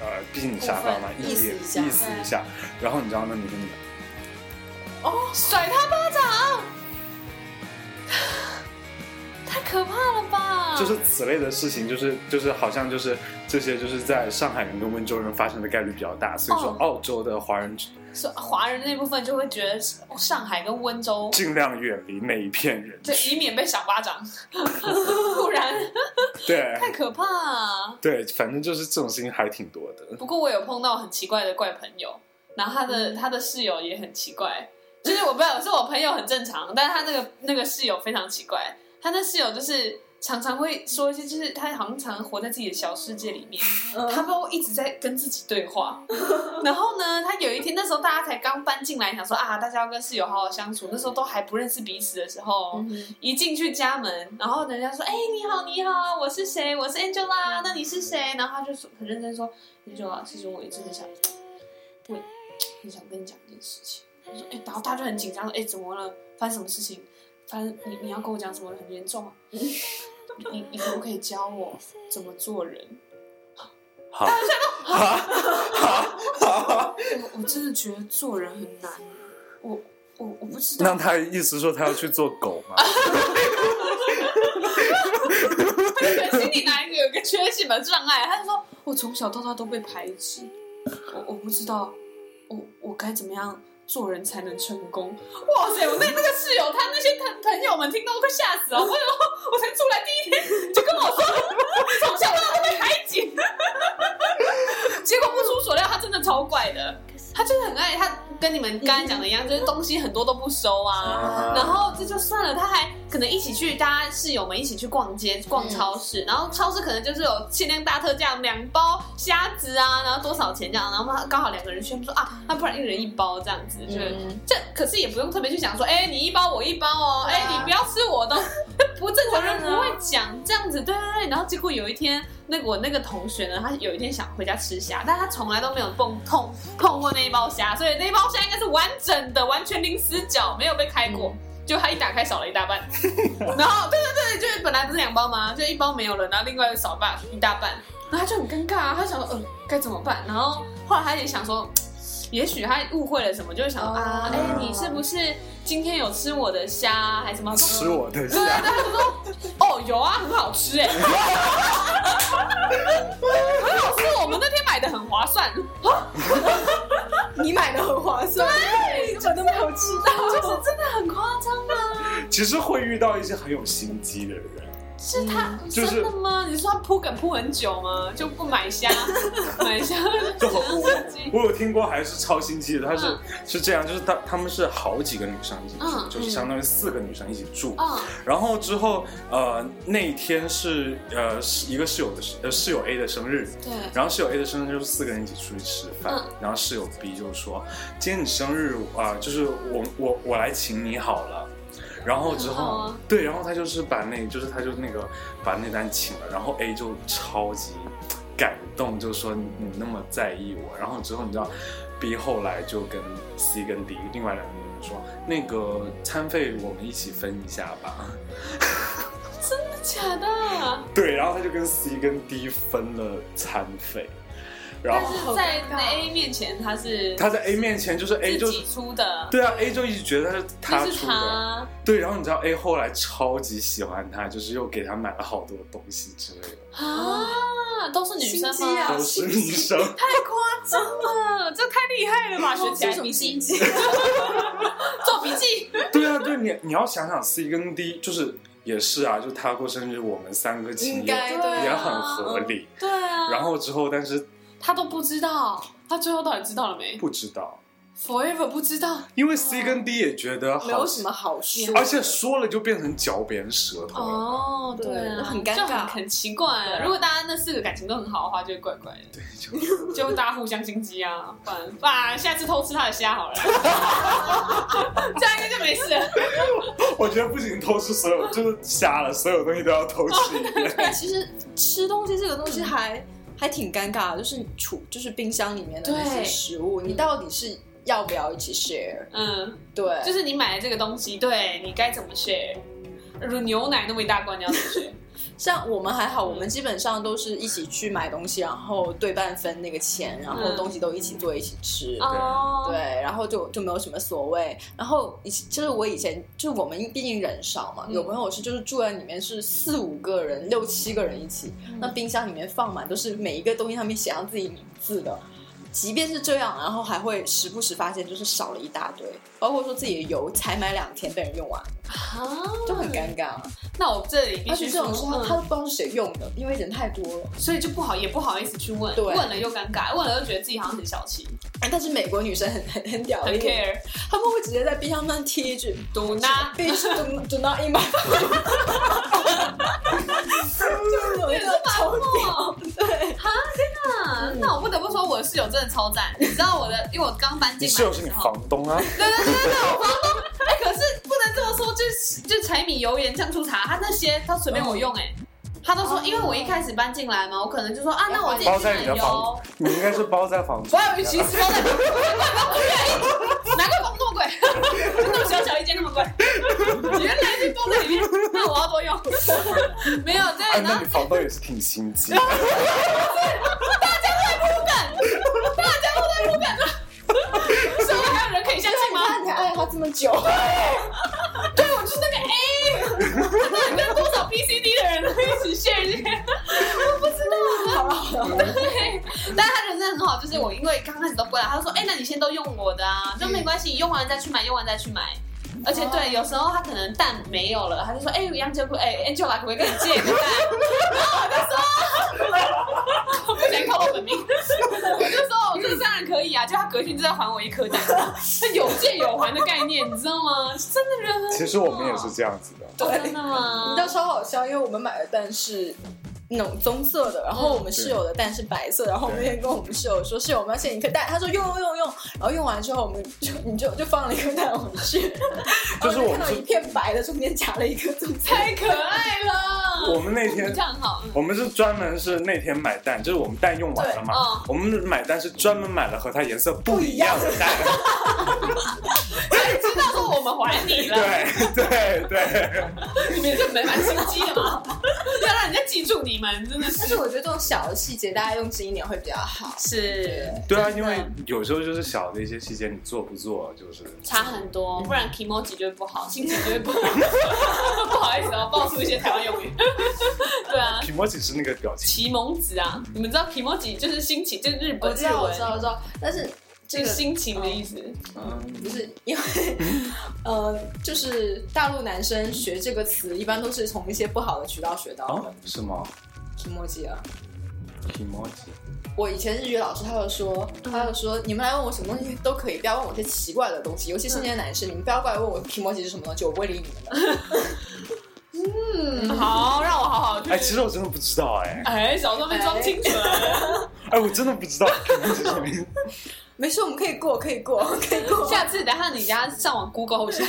Speaker 2: 呃，毕竟你沙发嘛，
Speaker 3: 部分
Speaker 2: 一点
Speaker 3: 意思一下
Speaker 2: 意
Speaker 4: 嗯
Speaker 2: 思一下。然后你知道那女生怎么样？
Speaker 4: 哦，甩他巴掌，太可怕了吧？
Speaker 2: 就是此类的事情，就是就是好像就是这些就是在上海人跟温州人发生的概率比较大，所以说
Speaker 4: 哦
Speaker 2: 澳洲的华人
Speaker 4: 说华人那部分就会觉得哦上海跟温州，
Speaker 2: 尽量远离那一片人
Speaker 4: 对，
Speaker 2: 群。
Speaker 4: 以免被赏巴掌， 不然
Speaker 2: 对
Speaker 4: 太可怕、啊。
Speaker 2: 对，反正就是这种事情还挺多的。
Speaker 4: 不过我有碰到很奇怪的怪朋友，然后他的他的室友也很奇怪，就是我不知道 是我朋友很正常，但是他那个那个室友非常奇怪，他那室友就是常常会说一些，就是他好像常常活在自己的小世界里面，他都一直在跟自己对话。然后呢，他有一天那时候大家才刚搬进来，想说啊，大家要跟室友好好相处，那时候都还不认识彼此的时候，一进去家门，然后人家说：“哎、你好，你好，我是谁？我是 Angela，那你是谁？”然后他就说很认真说：“Angela，其实我一直很想，我很想跟你讲一件事情。”他说：“哎、然后他就很紧张，哎、怎么了？发生什么事情？发生你你要跟我讲什么很严重啊？ 你你可不可以教我怎么做人？”
Speaker 2: 好，
Speaker 4: 我我真的觉得做人很难，我我我不知道
Speaker 2: 那他意思说他要去做狗吗？
Speaker 4: 心里哪一个有个缺陷的障碍？他就说我从小到大都被排挤，我我不知道我我该怎么样做人才能成功。哇塞！我那那个室友，他那些朋朋友们听到都快吓死了。我有我才出来第一天就跟我说，从小到大都被排挤。 结果不出所料，他真的超怪的，他就是很爱他，跟你们刚才讲的一样，就是东西很多都不收啊。 然后这就算了，他还可能一起去，大家室友们一起去逛街、
Speaker 3: 嗯
Speaker 4: 逛超市，然后超市可能就是有限量大特价，两包虾子啊，然后多少钱这样，然后他刚好两个人宣布说啊，那不然一人一包这样子，就是、
Speaker 3: 嗯
Speaker 4: 这可是也不用特别去想说，哎、你一包我一包哦，
Speaker 3: 对
Speaker 4: 哎、
Speaker 3: 啊
Speaker 4: 你不要吃我的， 不正常
Speaker 3: 当
Speaker 4: 人不
Speaker 3: 然啊
Speaker 4: 会讲这样子，对对对，然后结果有一天。那个我那个同学呢，他有一天想回家吃虾，但他从来都没有碰碰碰过那一包虾，所以那一包虾应该是完整的，完全零死角，没有被开过。
Speaker 2: 嗯
Speaker 4: 就他一打开少了一 大半，然后对对对，就是本来不是两包吗？就一包没有了，然后另外又少半一大半，然后他就很尴尬啊，他想说呃该怎么办？然后后来他也想说，也许他误会了什么，就是想
Speaker 2: 哦
Speaker 4: 说啊，哎、你是不是今天有吃我的虾还是什么？
Speaker 2: 吃我的
Speaker 4: 对
Speaker 2: 虾，
Speaker 4: 对，他就说哦有啊，很好吃哎、很好吃，我们那天买的很划算，
Speaker 3: 你买的很划算，对，我都没有吃到，
Speaker 4: 就是真的很夸张啊。
Speaker 2: 其实会遇到一些很有心机的人。
Speaker 4: 是他、
Speaker 2: 嗯就是
Speaker 4: 真的吗？你说他铺梗铺很久吗？就不 买虾，买虾
Speaker 2: 就 我我我有听过，还是超心机的。他是、
Speaker 4: 嗯
Speaker 2: 是这样，就是他他们是好几个女生一起住，
Speaker 4: 嗯
Speaker 2: 就是相当于四个女生一起住。
Speaker 4: 嗯
Speaker 2: 然后之后呃那一天是呃是一个室友的呃室友 A 的生日，
Speaker 4: 对
Speaker 2: 然后室友 A 的生日就是四个人一起出去吃饭，
Speaker 4: 嗯
Speaker 2: 然后室友 B 就说今天你生日啊、就是我我我来请你好了。然后之
Speaker 4: 很好
Speaker 2: 后，
Speaker 4: 啊
Speaker 2: 对，然后他就是把那，就是他就那个把那单请了，然后 A 就超级感动，就说你你那么在意我。然后之后你知道，B 后来就跟 C 跟 D 另外两个女人说，那个餐费我们一起分一下吧。
Speaker 4: 假的。
Speaker 2: 对，然后他就跟 C 跟 D 分了餐费，然
Speaker 4: 但
Speaker 2: 后
Speaker 4: 是在 A 面前他是
Speaker 2: 他在 A 面前就是 A 就
Speaker 4: 自己出的，
Speaker 2: 对啊，A 就一直觉得他是他
Speaker 4: 就是
Speaker 2: 出的，
Speaker 4: 他，
Speaker 2: 对，然后你知道 A 后来超级喜欢他，就是又给他买了好多东西之类的，
Speaker 4: 啊，都是女生
Speaker 3: 心机
Speaker 4: 吗？
Speaker 3: 啊
Speaker 2: 都是女生，
Speaker 4: 太夸张了，这太厉害了吧！ 学起来
Speaker 3: 这种
Speaker 4: 笔
Speaker 3: 心
Speaker 4: 记，
Speaker 3: 机，
Speaker 4: 做笔记。
Speaker 2: 对啊，对你你要想想 C 跟 D 就是也是啊，就他过生日我们三个请
Speaker 3: 应
Speaker 2: 也
Speaker 3: 该对啊
Speaker 2: 也很合理，
Speaker 4: 对啊，
Speaker 2: 然后之后但是
Speaker 4: 他都不知道，他最后到底知道了没
Speaker 2: 不知道，
Speaker 4: ？Forever 不知道
Speaker 2: 因为 C 跟 D 也觉得好
Speaker 3: 哦没有什么好说。
Speaker 2: 而且说了就变成脚扁舌头了。
Speaker 4: 哦，
Speaker 3: 对
Speaker 4: 啊
Speaker 3: 很尴尬
Speaker 4: 就很很奇怪
Speaker 3: 对
Speaker 4: 啊。
Speaker 3: 啊
Speaker 4: 如果大家那四个感情都很好的话，就会怪怪的，
Speaker 2: 对，就
Speaker 4: 就大家互相心机啊，不然不然下次偷吃他的虾 好了，这样应该就没事了。
Speaker 2: 我觉得不仅偷吃所有，就是瞎了，所有东西都要偷吃一遍。
Speaker 3: 哎，其实吃东西这个东西还还挺尴尬的，就是储就是冰箱里面的那些
Speaker 4: 对
Speaker 3: 食物，你到底是要不要一起 share？
Speaker 4: 嗯，
Speaker 3: 对，
Speaker 4: 就是你买了这个东西，对你该怎么 share？如牛奶那么一大罐，你要怎么 share？
Speaker 3: 像我们还好，我
Speaker 4: 嗯
Speaker 3: 们基本上都是一起去买东西，然后对半分那个钱，然后
Speaker 4: 嗯
Speaker 3: 东西都一起做一起吃。
Speaker 4: 哦，
Speaker 3: 对，然后就就没有什么所谓。然后以前就是我以前就是我们毕竟人少嘛，
Speaker 4: 嗯
Speaker 3: 有朋友是就是住在里面是四五个人、六七个人一起，
Speaker 4: 嗯
Speaker 3: 那冰箱里面放满都是每一个东西上面写上自己名字的。即便是这样，然后还会时不时发现就是少了一大堆，包括说自己的油才买两天被人用完，
Speaker 4: 啊，
Speaker 3: 就很尴尬。
Speaker 4: 那我这里必
Speaker 3: 而且
Speaker 4: 须
Speaker 3: 这
Speaker 4: 说
Speaker 3: 种事他
Speaker 4: 嗯
Speaker 3: 他都不知道是谁用的，因为人太多了。
Speaker 4: 所以就不好，也不好意思去问，
Speaker 3: 对
Speaker 4: 问了又尴尬，问了又觉得自己好像很小气，
Speaker 3: 哎但是美国女生很很很屌
Speaker 4: 很
Speaker 3: 的一点，
Speaker 4: care。
Speaker 3: 他们会直接在冰箱上贴一句
Speaker 4: Do not，
Speaker 3: “bitch do do not in my”，就是有一个重
Speaker 4: 哦，
Speaker 3: 对，
Speaker 4: 啊那我不得不说，我的室友真的超赞。你知道我的，因为我刚搬
Speaker 2: 你
Speaker 4: 进来
Speaker 2: 室友
Speaker 4: 的
Speaker 2: 是你
Speaker 4: 时
Speaker 2: 房
Speaker 4: 候，
Speaker 2: 东 啊？
Speaker 4: 对对对对对，我房东。哎，可是不能这么说，就是就柴米油盐酱醋茶，他那些他随便我用，哎，他都
Speaker 3: 哦
Speaker 4: 说，因为我一开始搬进来嘛，我可能就说啊，那我自己
Speaker 2: 包
Speaker 4: 去
Speaker 2: 在
Speaker 4: 买
Speaker 2: 你的房
Speaker 4: 油。，
Speaker 2: 你应该是包在房租
Speaker 4: 我。还有一群包在， 难怪房那么贵，就那么小小一间那么 贵，原来是包在里面，那我要多用。没有
Speaker 2: 哎
Speaker 4: 对，，然
Speaker 2: 那
Speaker 4: 后
Speaker 2: 你房东也是挺心机 的。
Speaker 4: 大家都在不敢了，社会还有人可以相信吗？
Speaker 3: 你爱他这么久，
Speaker 4: 对，我就是那个 A，那 你跟多少 B、C、D 的人一起 share 这些，我不知道。对， 但是他人真的很好，就是我因为刚开始都不来，他就说，哎、那你先都用我的啊，就没关系，你用完再去买，用完再去买。而且对，有时候他可能蛋没有了，他就说：“哎、杨姐，哎、Angela 可不可以跟你借一个蛋？”然后我就说：“我不想靠我本名。” 我就说：“我这当然可以啊！”就他隔天就在还我一颗蛋，他有借有还的概念，你知道吗？真的人很好。
Speaker 2: 其实我们也是这样子的。
Speaker 3: 对
Speaker 4: 真的吗？
Speaker 3: 你知道超好笑，因为我们买的蛋是。那种棕色的，然后
Speaker 2: 嗯
Speaker 3: 我们室友的蛋是白色，然后我们那天跟我们室友说，室友我们要限一颗蛋，他说用用用用，然后用完之后我们就你就就放了一颗蛋回 去，
Speaker 2: 就是我
Speaker 3: 然后看到一片白的中间夹了一颗棕色，
Speaker 4: 太可爱 了。
Speaker 2: 我们那
Speaker 4: 嗯你
Speaker 2: 天
Speaker 4: 这，样好，嗯
Speaker 2: 我们是专门是那天买蛋，就是我们蛋用完了嘛
Speaker 4: 对嗯，
Speaker 2: 我们买蛋是专门买了和它颜色不一样的蛋。
Speaker 4: 知道说我们还你了，
Speaker 2: 对对对，
Speaker 4: 你们这没蛮心机啊的嘛， 要让人家记住你们，真 的
Speaker 3: 但是
Speaker 4: 是
Speaker 3: 我觉得这种小的细节，大家用心一点会比较好。
Speaker 4: 是
Speaker 2: 对啊，因为有时候就是小的一些细节，你做不做就是。
Speaker 4: 差很多，不然 emoji 就会不好，心情就会不好。 不好意思哦，爆出一些台湾用语。 对啊，
Speaker 2: 皮莫只是那个表情，
Speaker 4: 奇蒙子啊，你们知道 emoji 就是心情，就是日
Speaker 3: 我
Speaker 4: 本
Speaker 3: 知
Speaker 4: 日
Speaker 3: 道，我
Speaker 4: 文
Speaker 3: 知道，我知道，但是这个
Speaker 4: 心情的意思。
Speaker 2: 嗯，
Speaker 3: 不是因为，呃，就是大陆男生学这个词，一般都是从一些不好的渠道学到的
Speaker 2: 哦，，是吗
Speaker 3: 提莫吉尔。
Speaker 2: e m o j
Speaker 3: 我以前日语老师他就说，他就说你们来问我什么东西都可以，不要问我一些奇怪的东西，尤其是那些男生，你们不要过来问我提莫吉是什么东西，我不会理你们的。
Speaker 4: 嗯，好，让我好好听
Speaker 2: 哎，。其实我真的不知道哎，
Speaker 4: 哎，小时候被装清纯，
Speaker 2: 哎，我真的不知道 emoji
Speaker 3: 没事，我们可以过，可以过， 可以过。
Speaker 4: 下次等下你家上网 Google 一 下。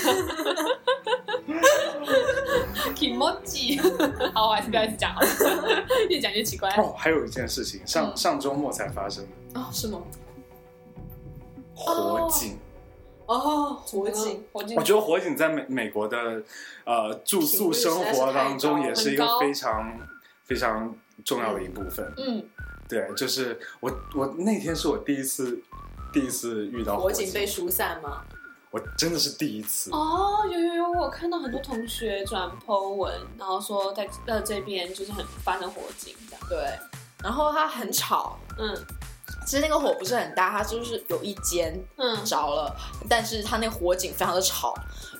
Speaker 4: Kimoji，好，我还是不要一直讲了， 越讲越奇怪。
Speaker 2: 哦，还有一件事情，上
Speaker 4: 嗯
Speaker 2: 上周末才发生的，
Speaker 3: 哦，是吗？
Speaker 2: 火警。
Speaker 3: 哦，火警，
Speaker 4: 我
Speaker 2: 我觉得火警在美美国的呃住宿生活当中也是一
Speaker 4: 很
Speaker 2: 个
Speaker 4: 高
Speaker 2: 非常非常重要的一部分。
Speaker 4: 嗯，
Speaker 2: 对，就是我我那天是我第一次第一次遇到
Speaker 3: 哦火
Speaker 2: 警
Speaker 3: 警被疏散吗？
Speaker 2: 我真的是第一次。
Speaker 4: 哦，有有有，我有看到很多同学转 po 文，然后说在呃这边就是很发生火警这样。
Speaker 3: 对，然后它很吵，
Speaker 4: 嗯
Speaker 3: 其实那个火不是很大，它就是有一间
Speaker 4: 嗯，
Speaker 3: 着了，但是它那火警非常的吵，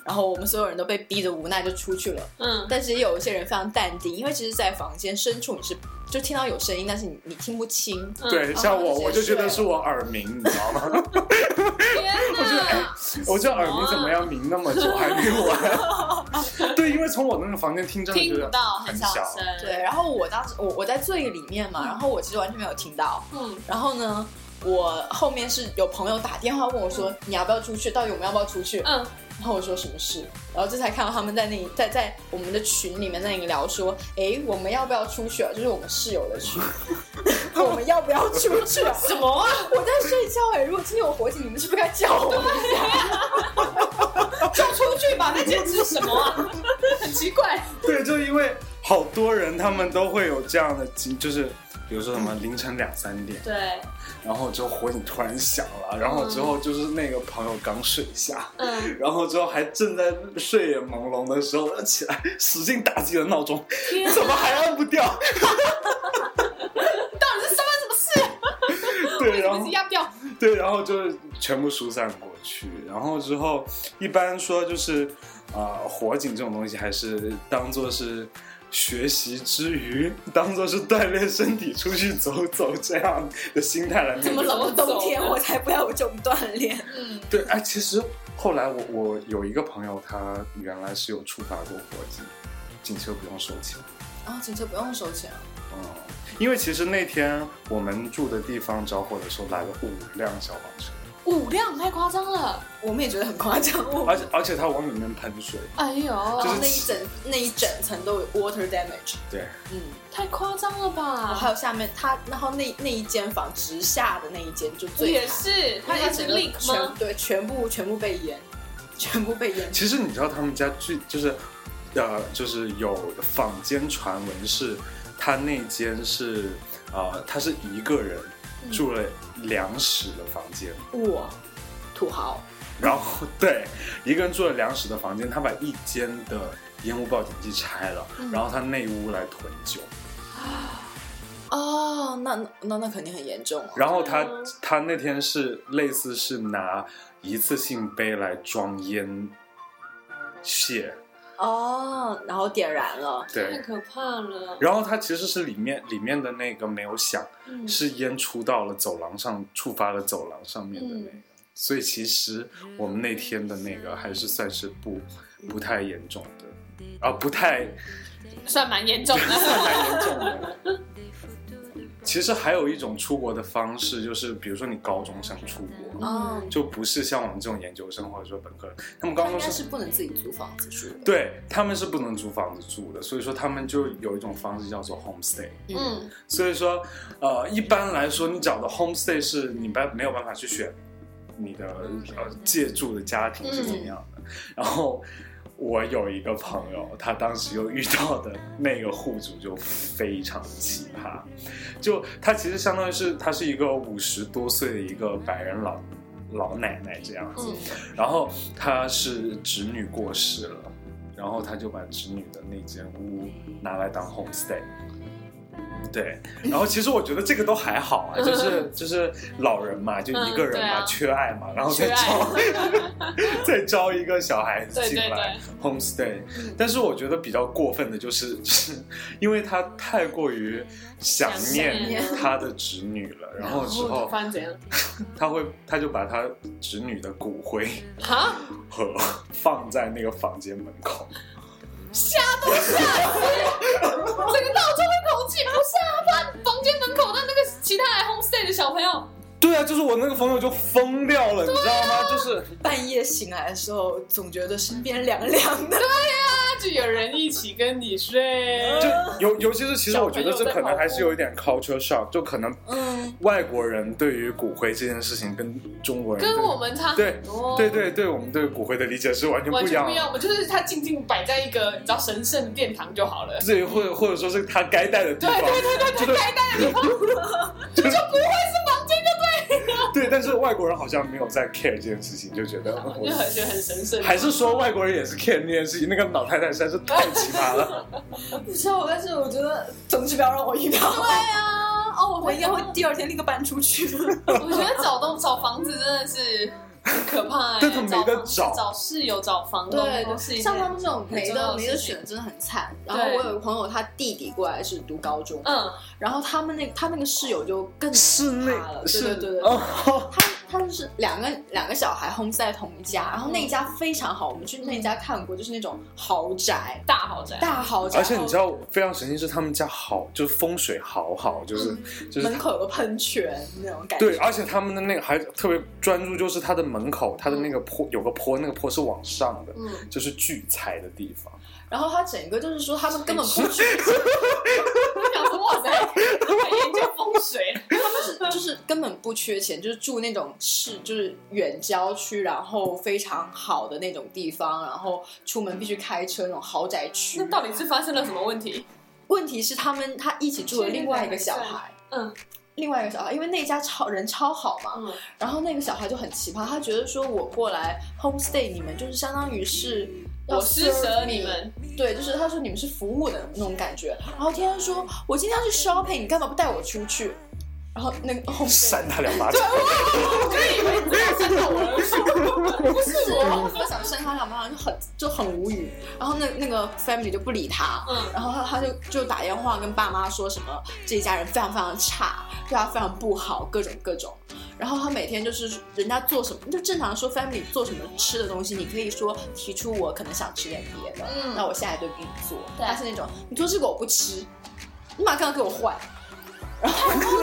Speaker 3: 然后我们所有人都被逼着无奈就出去了。
Speaker 4: 嗯，
Speaker 3: 但是也有一些人非常淡定，因为其实，在房间深处你是就听到有声音，但是你你听不清。
Speaker 4: 嗯
Speaker 2: 对，像我，
Speaker 3: 哦
Speaker 2: 我就觉得是我耳鸣，你知道吗？
Speaker 4: 嗯 天
Speaker 2: 哎
Speaker 4: 哪！
Speaker 2: 我这耳鸣怎么样鸣那么久还没完？ 对，因为从我那个房间听真的
Speaker 4: 听
Speaker 2: 觉
Speaker 4: 不
Speaker 2: 得
Speaker 4: 到，
Speaker 2: 很
Speaker 4: 小
Speaker 2: 小
Speaker 4: 声。
Speaker 3: 对，，然后我当时我我在最里面嘛，然后我其实完全没有听到。
Speaker 4: 嗯
Speaker 3: 然后呢，我后面是有朋友打电话问我说，你要不要出去？到底我们要不要出去？
Speaker 4: 嗯，
Speaker 3: 然后我说什么事？然后这才看到他们在那里在在我们的群里面在那里聊说，哎，我们要不要出去啊？就是我们室友的群， 我们要不要出去啊？
Speaker 4: 什么啊？
Speaker 3: 我在睡觉哎、如果今天有火警，你们是不是该叫我一下？
Speaker 4: 就出去吧，那坚持什么啊？很奇怪。
Speaker 2: 对，就因为好多人他们都会有这样的经，就是比如说什么凌晨两三点，
Speaker 4: 对，
Speaker 2: 然后之后火警突然响了，然后之后就是那个朋友刚睡下，
Speaker 4: 嗯，
Speaker 2: 然后之后还正在睡眼朦胧的时候，他起来使劲打自己的闹 钟，怎么还按不掉？
Speaker 4: 到底是发生什么 事？
Speaker 2: 对，然
Speaker 4: 你
Speaker 2: 后
Speaker 4: 是要不要？
Speaker 2: 对，然后就是全部疏散过去，然后之后一般说就是，啊、火警这种东西还是当做是学习之余， 当做是锻炼身体出去走走这样的心态来面对。
Speaker 4: 怎么
Speaker 3: 怎
Speaker 4: 老
Speaker 3: 么冬天我才不要有这种锻炼？
Speaker 4: 嗯，
Speaker 2: 对，哎，其实后来我我有一个朋友，他原来是有触发过火警，警车不用收钱。
Speaker 3: 然后警车不用收钱啊。
Speaker 2: 嗯，因为其实那天我们住的地方着火的时候来了五辆消防车，
Speaker 4: 五辆太夸张了。
Speaker 3: 我们也觉得很夸张，
Speaker 4: 哦
Speaker 3: 我
Speaker 2: 而且而且他往里面喷水，
Speaker 4: 哎呦，
Speaker 2: 就是
Speaker 3: 那一整那一整层都有 water damage，
Speaker 2: 对。
Speaker 3: 嗯，
Speaker 4: 太夸张了
Speaker 3: 然后还
Speaker 4: 吧？
Speaker 3: 有下面它，然后那那一间房直下的那一间就最
Speaker 4: 也
Speaker 3: 惨，
Speaker 4: 是，它
Speaker 3: 因为
Speaker 4: 也是
Speaker 3: 整个
Speaker 4: leak
Speaker 3: 全
Speaker 4: 吗？
Speaker 3: 对，全部全部被淹，全部被淹。
Speaker 2: 其实你知道他们家最就是，呃，就是有坊间传闻是，他那间是，呃，他是一个人住了两室的房间，
Speaker 3: 哇，土豪，
Speaker 2: 然后对，一个人住了两室的房间，他把一间的烟雾报警器拆了，然后他内屋来囤酒，
Speaker 3: 哦，那那那那肯定很严重哦。
Speaker 2: 然后他
Speaker 4: 嗯
Speaker 2: 他那天是类似是拿一次性杯来装烟屑，
Speaker 3: 哦，然后点燃了，
Speaker 2: 对
Speaker 4: 太，可怕 了。
Speaker 2: 然后它其实是里面里面的那个没有响，
Speaker 4: 嗯
Speaker 2: 是烟出到了走廊上，触发了走廊上面的那个。
Speaker 3: 嗯
Speaker 2: 所以其实我们那天的那个还是算是不
Speaker 3: 嗯
Speaker 2: 不太严重的，啊，不太
Speaker 4: 算蛮严重
Speaker 2: 不
Speaker 4: 的。
Speaker 2: 太严重的。其实还有一种出国的方式，就是比如说你高中生出国，
Speaker 3: 哦，
Speaker 4: 嗯
Speaker 2: 就不是像我们这种研究生或者说本科人，他们
Speaker 3: 他
Speaker 2: 高
Speaker 3: 应
Speaker 2: 中
Speaker 3: 该
Speaker 2: 生
Speaker 3: 是不能自己租房子住的。
Speaker 2: 对他们是不能租房子住的，所以说他们就有一种方式叫做 homestay。
Speaker 4: 嗯，
Speaker 2: 所以说，呃，一般来说，你找的 homestay 是你办没有办法去选你的呃借住的家庭是怎么样的。然后我有一个朋友，他当时又遇到的那个户主就非常奇葩，就他其实相当于是他是一个五十多岁的一个白人老老奶奶这样
Speaker 4: 嗯
Speaker 2: 子，然后她是侄女过世了。然后他就把侄女的那间屋拿来当 homestay，对，然后其实我觉得这个都还好啊， 就是就是老人嘛，就一个人嘛，
Speaker 4: 嗯对啊
Speaker 2: 缺爱嘛，然后再
Speaker 4: 缺
Speaker 2: 招再招 一个小孩子
Speaker 4: 对
Speaker 2: 进
Speaker 4: 对嗯
Speaker 2: 来 homestay。但是我觉得比较过分的就是， 就是因为他太过于想
Speaker 4: 想
Speaker 2: 念
Speaker 4: 念
Speaker 2: 他的侄女了，然后之
Speaker 4: 就
Speaker 2: 后
Speaker 4: 发现怎样？
Speaker 2: 他会他就把他侄女的骨灰
Speaker 4: 啊，
Speaker 2: 盒 放在那个房间门口。
Speaker 4: 吓都吓死！整个闹钟的口气不是啊，他房间门口的那个其他来 homestay 的小朋友，
Speaker 2: 对啊，就是我那个朋友就疯掉了，你知道吗？就是
Speaker 3: 半夜醒来的时候，总觉得身边凉凉的。
Speaker 4: 那啊就有人一起跟你睡。
Speaker 2: 就尤尤其是，其实我觉得这可能还是有一点 culture shock，就可能
Speaker 3: 嗯，
Speaker 2: 外国人对于骨灰这件事情跟中国人
Speaker 4: 跟
Speaker 2: 对
Speaker 4: 我们差
Speaker 2: 对
Speaker 4: 很多，
Speaker 2: 对对对，我们对骨灰的理解是完全
Speaker 4: 完
Speaker 2: 不一
Speaker 4: 全
Speaker 2: 样
Speaker 4: 不一
Speaker 2: 的。
Speaker 4: 样。我们就是它静静摆在一个你知道神圣的殿堂就好了，
Speaker 2: 这或者或者说是他该带的地
Speaker 4: 对
Speaker 2: 方，
Speaker 4: 对对对
Speaker 2: 就是
Speaker 4: 对，该待的地方就不会是房间就对了，
Speaker 2: 对，但是外国人好像没有在 care 这件事情，就觉得嗯
Speaker 4: 就
Speaker 2: 我
Speaker 4: 很觉得很神圣。
Speaker 2: 还是说外国人也是 care 那件事情，那个老太太实在是太奇葩 了。
Speaker 3: 不知道，但是我觉得总之不要让我遇到。
Speaker 4: 对啊，哦，
Speaker 3: 我
Speaker 4: 我
Speaker 3: 应该会第二天立刻搬出去。
Speaker 4: 我觉得找东找房子真的是很可 怕、欸，
Speaker 2: 但他没
Speaker 4: 找
Speaker 2: 得
Speaker 4: 房子
Speaker 2: 找
Speaker 4: 找室友、找房东
Speaker 3: 对
Speaker 4: 都是一件
Speaker 3: 像他们这种没
Speaker 4: 很重要
Speaker 3: 的
Speaker 4: 的
Speaker 3: 没得
Speaker 4: 事情
Speaker 3: 选，真的很惨。然后
Speaker 4: 对
Speaker 3: 我有个朋友，他弟弟过来是读高中，
Speaker 4: 嗯，
Speaker 3: 然后他们那他那个室友就更
Speaker 2: 室内
Speaker 3: 可怕了，对
Speaker 2: 是
Speaker 3: 对对对。
Speaker 2: 哦，
Speaker 3: 他他就是两个两个小孩轰在同一家，然后
Speaker 4: 嗯
Speaker 3: 那一家非常好，我们去那一家看过，就是那种豪宅，
Speaker 4: 大豪宅，
Speaker 3: 大豪宅，
Speaker 2: 而且你知
Speaker 3: 道
Speaker 2: 道非常神奇是他们家好，就是风水好好，就是就是
Speaker 3: 嗯门口有个喷泉那种感觉，
Speaker 2: 对，啊而且他们的那个还特别专注，就是它的门口，它的那个坡、有个坡，那个坡是往上的，
Speaker 4: 嗯，
Speaker 2: 就是聚财的地方。
Speaker 3: 然后他整个就是说他们根本不去，
Speaker 4: 我想说哇塞，还研究风水了，
Speaker 3: 就是根本不缺钱，就是住那种市，就是远郊区，然后非常好的那种地方，然后出门必须开车那种豪宅区
Speaker 4: 那。到底是发生了什么问题？
Speaker 3: 问题是他们他一起住了另外一个小孩，
Speaker 4: 嗯
Speaker 3: 另外一个小孩，因为那家超人超好嘛，
Speaker 4: 嗯，
Speaker 3: 然后那个小孩就很奇葩，他觉得说我过来 homestay 你们就是相当于是要
Speaker 4: 我施
Speaker 3: serve
Speaker 4: 舍你们，
Speaker 3: 对，就是他说你们是服务的那种感觉。然后天天说，我今天要去 shopping，你干嘛不带我出去？然后那个 homestay，
Speaker 2: 扇他两巴掌，
Speaker 4: 我就以为你要删掉我了，不是我，
Speaker 3: 他想扇他两巴掌就很就很无语。然后那那个 family 就不理他，
Speaker 4: 嗯
Speaker 3: 然后他他就就打电话跟爸妈说什么这一家人非常非常差，对他非常不好，各种各种。然后他每天就是人家做什么，就正常说 family 做什么吃的东西，你可以说提出我可能想吃点别的，
Speaker 4: 嗯
Speaker 3: 那我下一顿给你做。
Speaker 4: 对
Speaker 3: 他是那种你做这个我不吃，你马上给我换。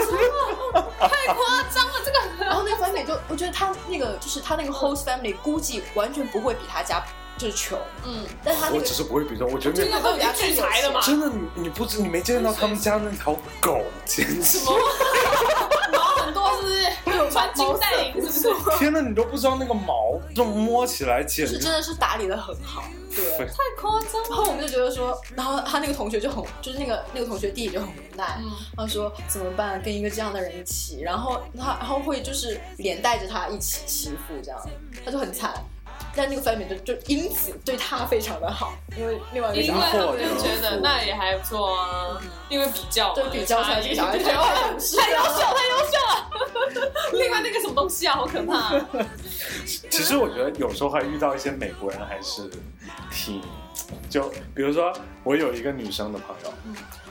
Speaker 4: 太夸张了，这个
Speaker 3: 然后那个 family 就，我觉得他那个就是他那个 host family 估计完全不会比他家就是穷，
Speaker 4: 嗯，
Speaker 3: 但是他那
Speaker 2: 我
Speaker 3: 个
Speaker 2: 只是不会比较，我觉得
Speaker 4: 这
Speaker 2: 你
Speaker 4: 个都已经聚财了嘛，
Speaker 2: 真的你你不知你没见到他们家那条狗，简直！
Speaker 4: 毛很多是 不是？穿金戴银是不是？
Speaker 2: 天呐，你都不知道那个毛，这种摸起来简
Speaker 3: 是
Speaker 2: 直
Speaker 3: 真的是打理的很好，对。
Speaker 2: 非
Speaker 4: 太夸张
Speaker 3: 然后我们就觉得说，然后他那个同学就很，就是那个那个同学弟弟就很无奈，
Speaker 4: 嗯
Speaker 3: 他说怎么办，跟一个这样的人一起，然后他然后会就是连带着他一起欺负这样，他就很惨。但那个 family 就就因此对他非常的好，因为另外一个
Speaker 4: 因
Speaker 3: 小
Speaker 4: 为
Speaker 3: 孩
Speaker 4: 他们就觉得那也还不错啊，因为比较嘛
Speaker 3: 对比较出来这个小孩
Speaker 4: 对
Speaker 3: 太
Speaker 4: 哇太优
Speaker 3: 懂事
Speaker 4: 秀，
Speaker 3: 了
Speaker 4: 太优秀了。 另外那个什么东西啊，好可怕啊！
Speaker 2: 其实我觉得有时候还遇到一些美国人还是挺，就比如说我有一个女生的朋友，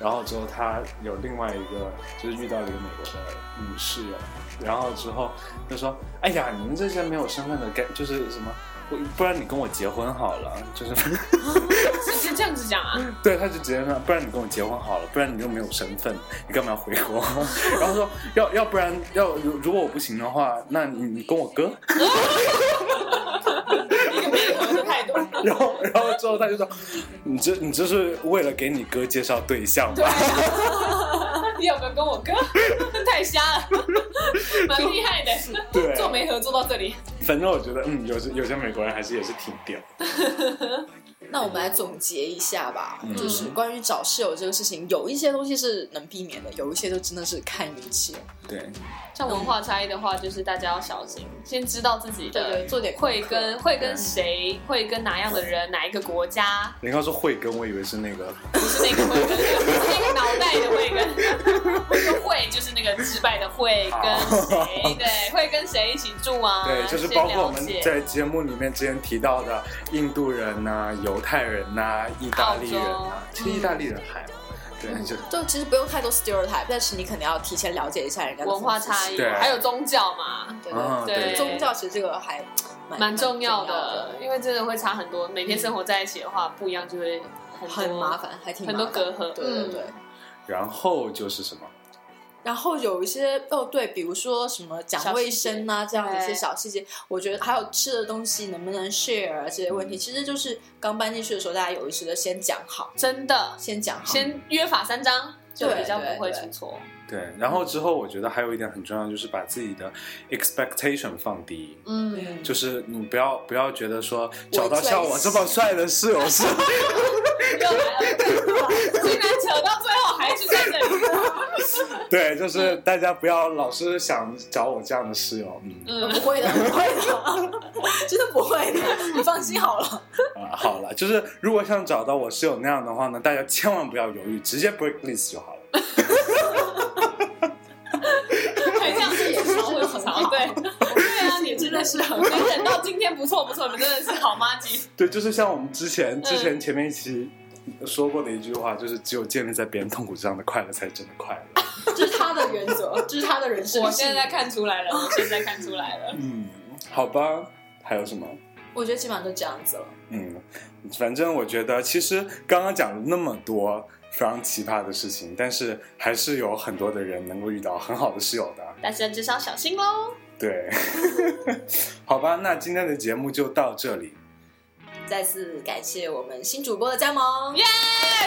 Speaker 2: 然后之后她有另外一个就是遇到了一个美国的女室友，然后之后就说：“哎呀，你们这些没有身份的，该就是什么。”不不然你跟我结婚好了，就是
Speaker 4: 是是这样子讲啊，
Speaker 2: 对，他就直接说，不然你跟我结婚好了，不然你又没有身份，你干嘛要回国？ 然后说要要不然要如如果我不行的话，那你你跟我哥，
Speaker 4: 一个配合的态度。
Speaker 2: 然后，然后之后他就说：“你这你这是为了给你哥介绍对象吧
Speaker 4: 你有没有跟我哥？太瞎了， 蛮厉害的，？”
Speaker 2: 对，
Speaker 4: 做媒合做到这里，
Speaker 2: 反正我觉得，嗯，有些有些美国人还是也是挺屌的。
Speaker 3: 那我们来总结一下吧，就是关于找室友这个事情，有一些东西是能避免的，有一些就真的是看运气了。
Speaker 2: 对，
Speaker 4: 像文化差异的话，就是大家要小心，先知道自己
Speaker 3: 对对
Speaker 4: 的
Speaker 3: 做点功课
Speaker 4: 会跟会跟谁，会跟哪样的人，哪一个国家，
Speaker 2: 你刚说慧根，我以为是那个
Speaker 4: 不是那个慧 根，不是那个脑袋的慧根，不是会就是那个失败的会跟谁，对，会跟谁一起住啊？
Speaker 2: 对，就是
Speaker 4: 先
Speaker 2: 包括我
Speaker 4: 了
Speaker 2: 们
Speaker 4: 解
Speaker 2: 在节目里面之前提到的印度人呐、犹太人呐、意大利人呐、
Speaker 4: 澳洲嗯
Speaker 2: 其实意大利人还好，对，就
Speaker 3: 就其实不用太多 stereotype，但是你肯定要提前了解一下人家的
Speaker 4: 文化
Speaker 3: 风俗习
Speaker 4: 差异，
Speaker 2: 对
Speaker 4: 还有宗教嘛，
Speaker 3: 对
Speaker 2: 啊，
Speaker 3: 对
Speaker 4: 对
Speaker 3: 对，宗教其实这个还蛮
Speaker 4: 蛮重要
Speaker 3: 的
Speaker 4: 的，，因为真的会差很多。每天生活在一起的话，不一样就会很
Speaker 3: 很
Speaker 4: 多
Speaker 3: 麻。烦，还挺麻烦
Speaker 4: 很多隔阂嗯
Speaker 3: 对对对。
Speaker 2: 然后就是什么，
Speaker 3: 然后有一些哦，对，比如说什么讲卫生啊，这样的一些小细节，我觉得还有吃的东西能不能 share 啊这些
Speaker 4: 嗯
Speaker 3: 问题，其实就是刚搬进去的时候，大家有意识的先讲好，
Speaker 4: 真的，
Speaker 3: 先讲好，
Speaker 4: 先约法三章就
Speaker 3: 对
Speaker 4: 比较
Speaker 3: 对
Speaker 4: 不会
Speaker 3: 对
Speaker 4: 出错。
Speaker 2: 对，然后之后我觉得还有一点很重要，就是把自己的 expectation 放低。
Speaker 4: 嗯，
Speaker 2: 就是你不要不要觉得说找到像我这么帅的室友是，
Speaker 4: 又来了，竟然扯到最后还是在这 里。
Speaker 2: 对，就是大家不要老是想找我这样的室友，嗯
Speaker 3: 不
Speaker 4: 嗯，
Speaker 3: 会的，不会的， 真的不会的，你放心好了。
Speaker 2: 啊、好了，就是如果想找到我室友那样的话呢，大家千万不要犹豫，直接 break list 就好了。
Speaker 4: 对，这样子也是会 很好。对，对啊，你真的是很能忍到今天，不错不错，你们真的是好妈鸡。
Speaker 2: 对，就是像我们之前之前前面一期说过的一句话，就是只有建立在别人痛苦之上的快乐才是真的快乐。
Speaker 3: 这是他的原则，这是他的人生。
Speaker 4: 我现在，看出来了，我现在看出 来了。
Speaker 2: 嗯，好吧，还有什么？
Speaker 3: 我觉得基本上就这样子了。
Speaker 2: 嗯，反正我觉得，其实刚刚讲了那么多非常奇葩的事情，但是还是有很多的人能够遇到很好的室友的。
Speaker 4: 大家至少小心喽。
Speaker 2: 对， 好吧，那今天的节目就到这里。
Speaker 3: 再次感谢我们新主播的加盟，
Speaker 4: 耶，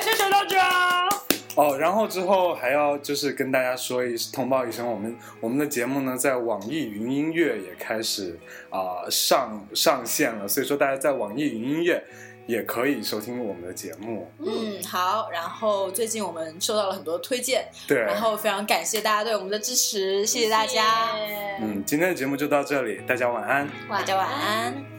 Speaker 4: 谢谢大家。
Speaker 2: 哦，然后之后还要就是跟大家说一通报一声，我们我们的节目呢在网易云音乐也开始啊、上上线了，所以说大家在网易云音乐也可以收听我们的节目。
Speaker 3: 嗯，好。然后最近我们收到了很多推荐，
Speaker 2: 对，
Speaker 3: 然后非常感谢大家对我们的支持，谢谢大家，
Speaker 4: 谢谢
Speaker 2: 嗯嗯，今天的节目就到这里，大家晚安。
Speaker 3: 大
Speaker 4: 晚
Speaker 3: 家晚安。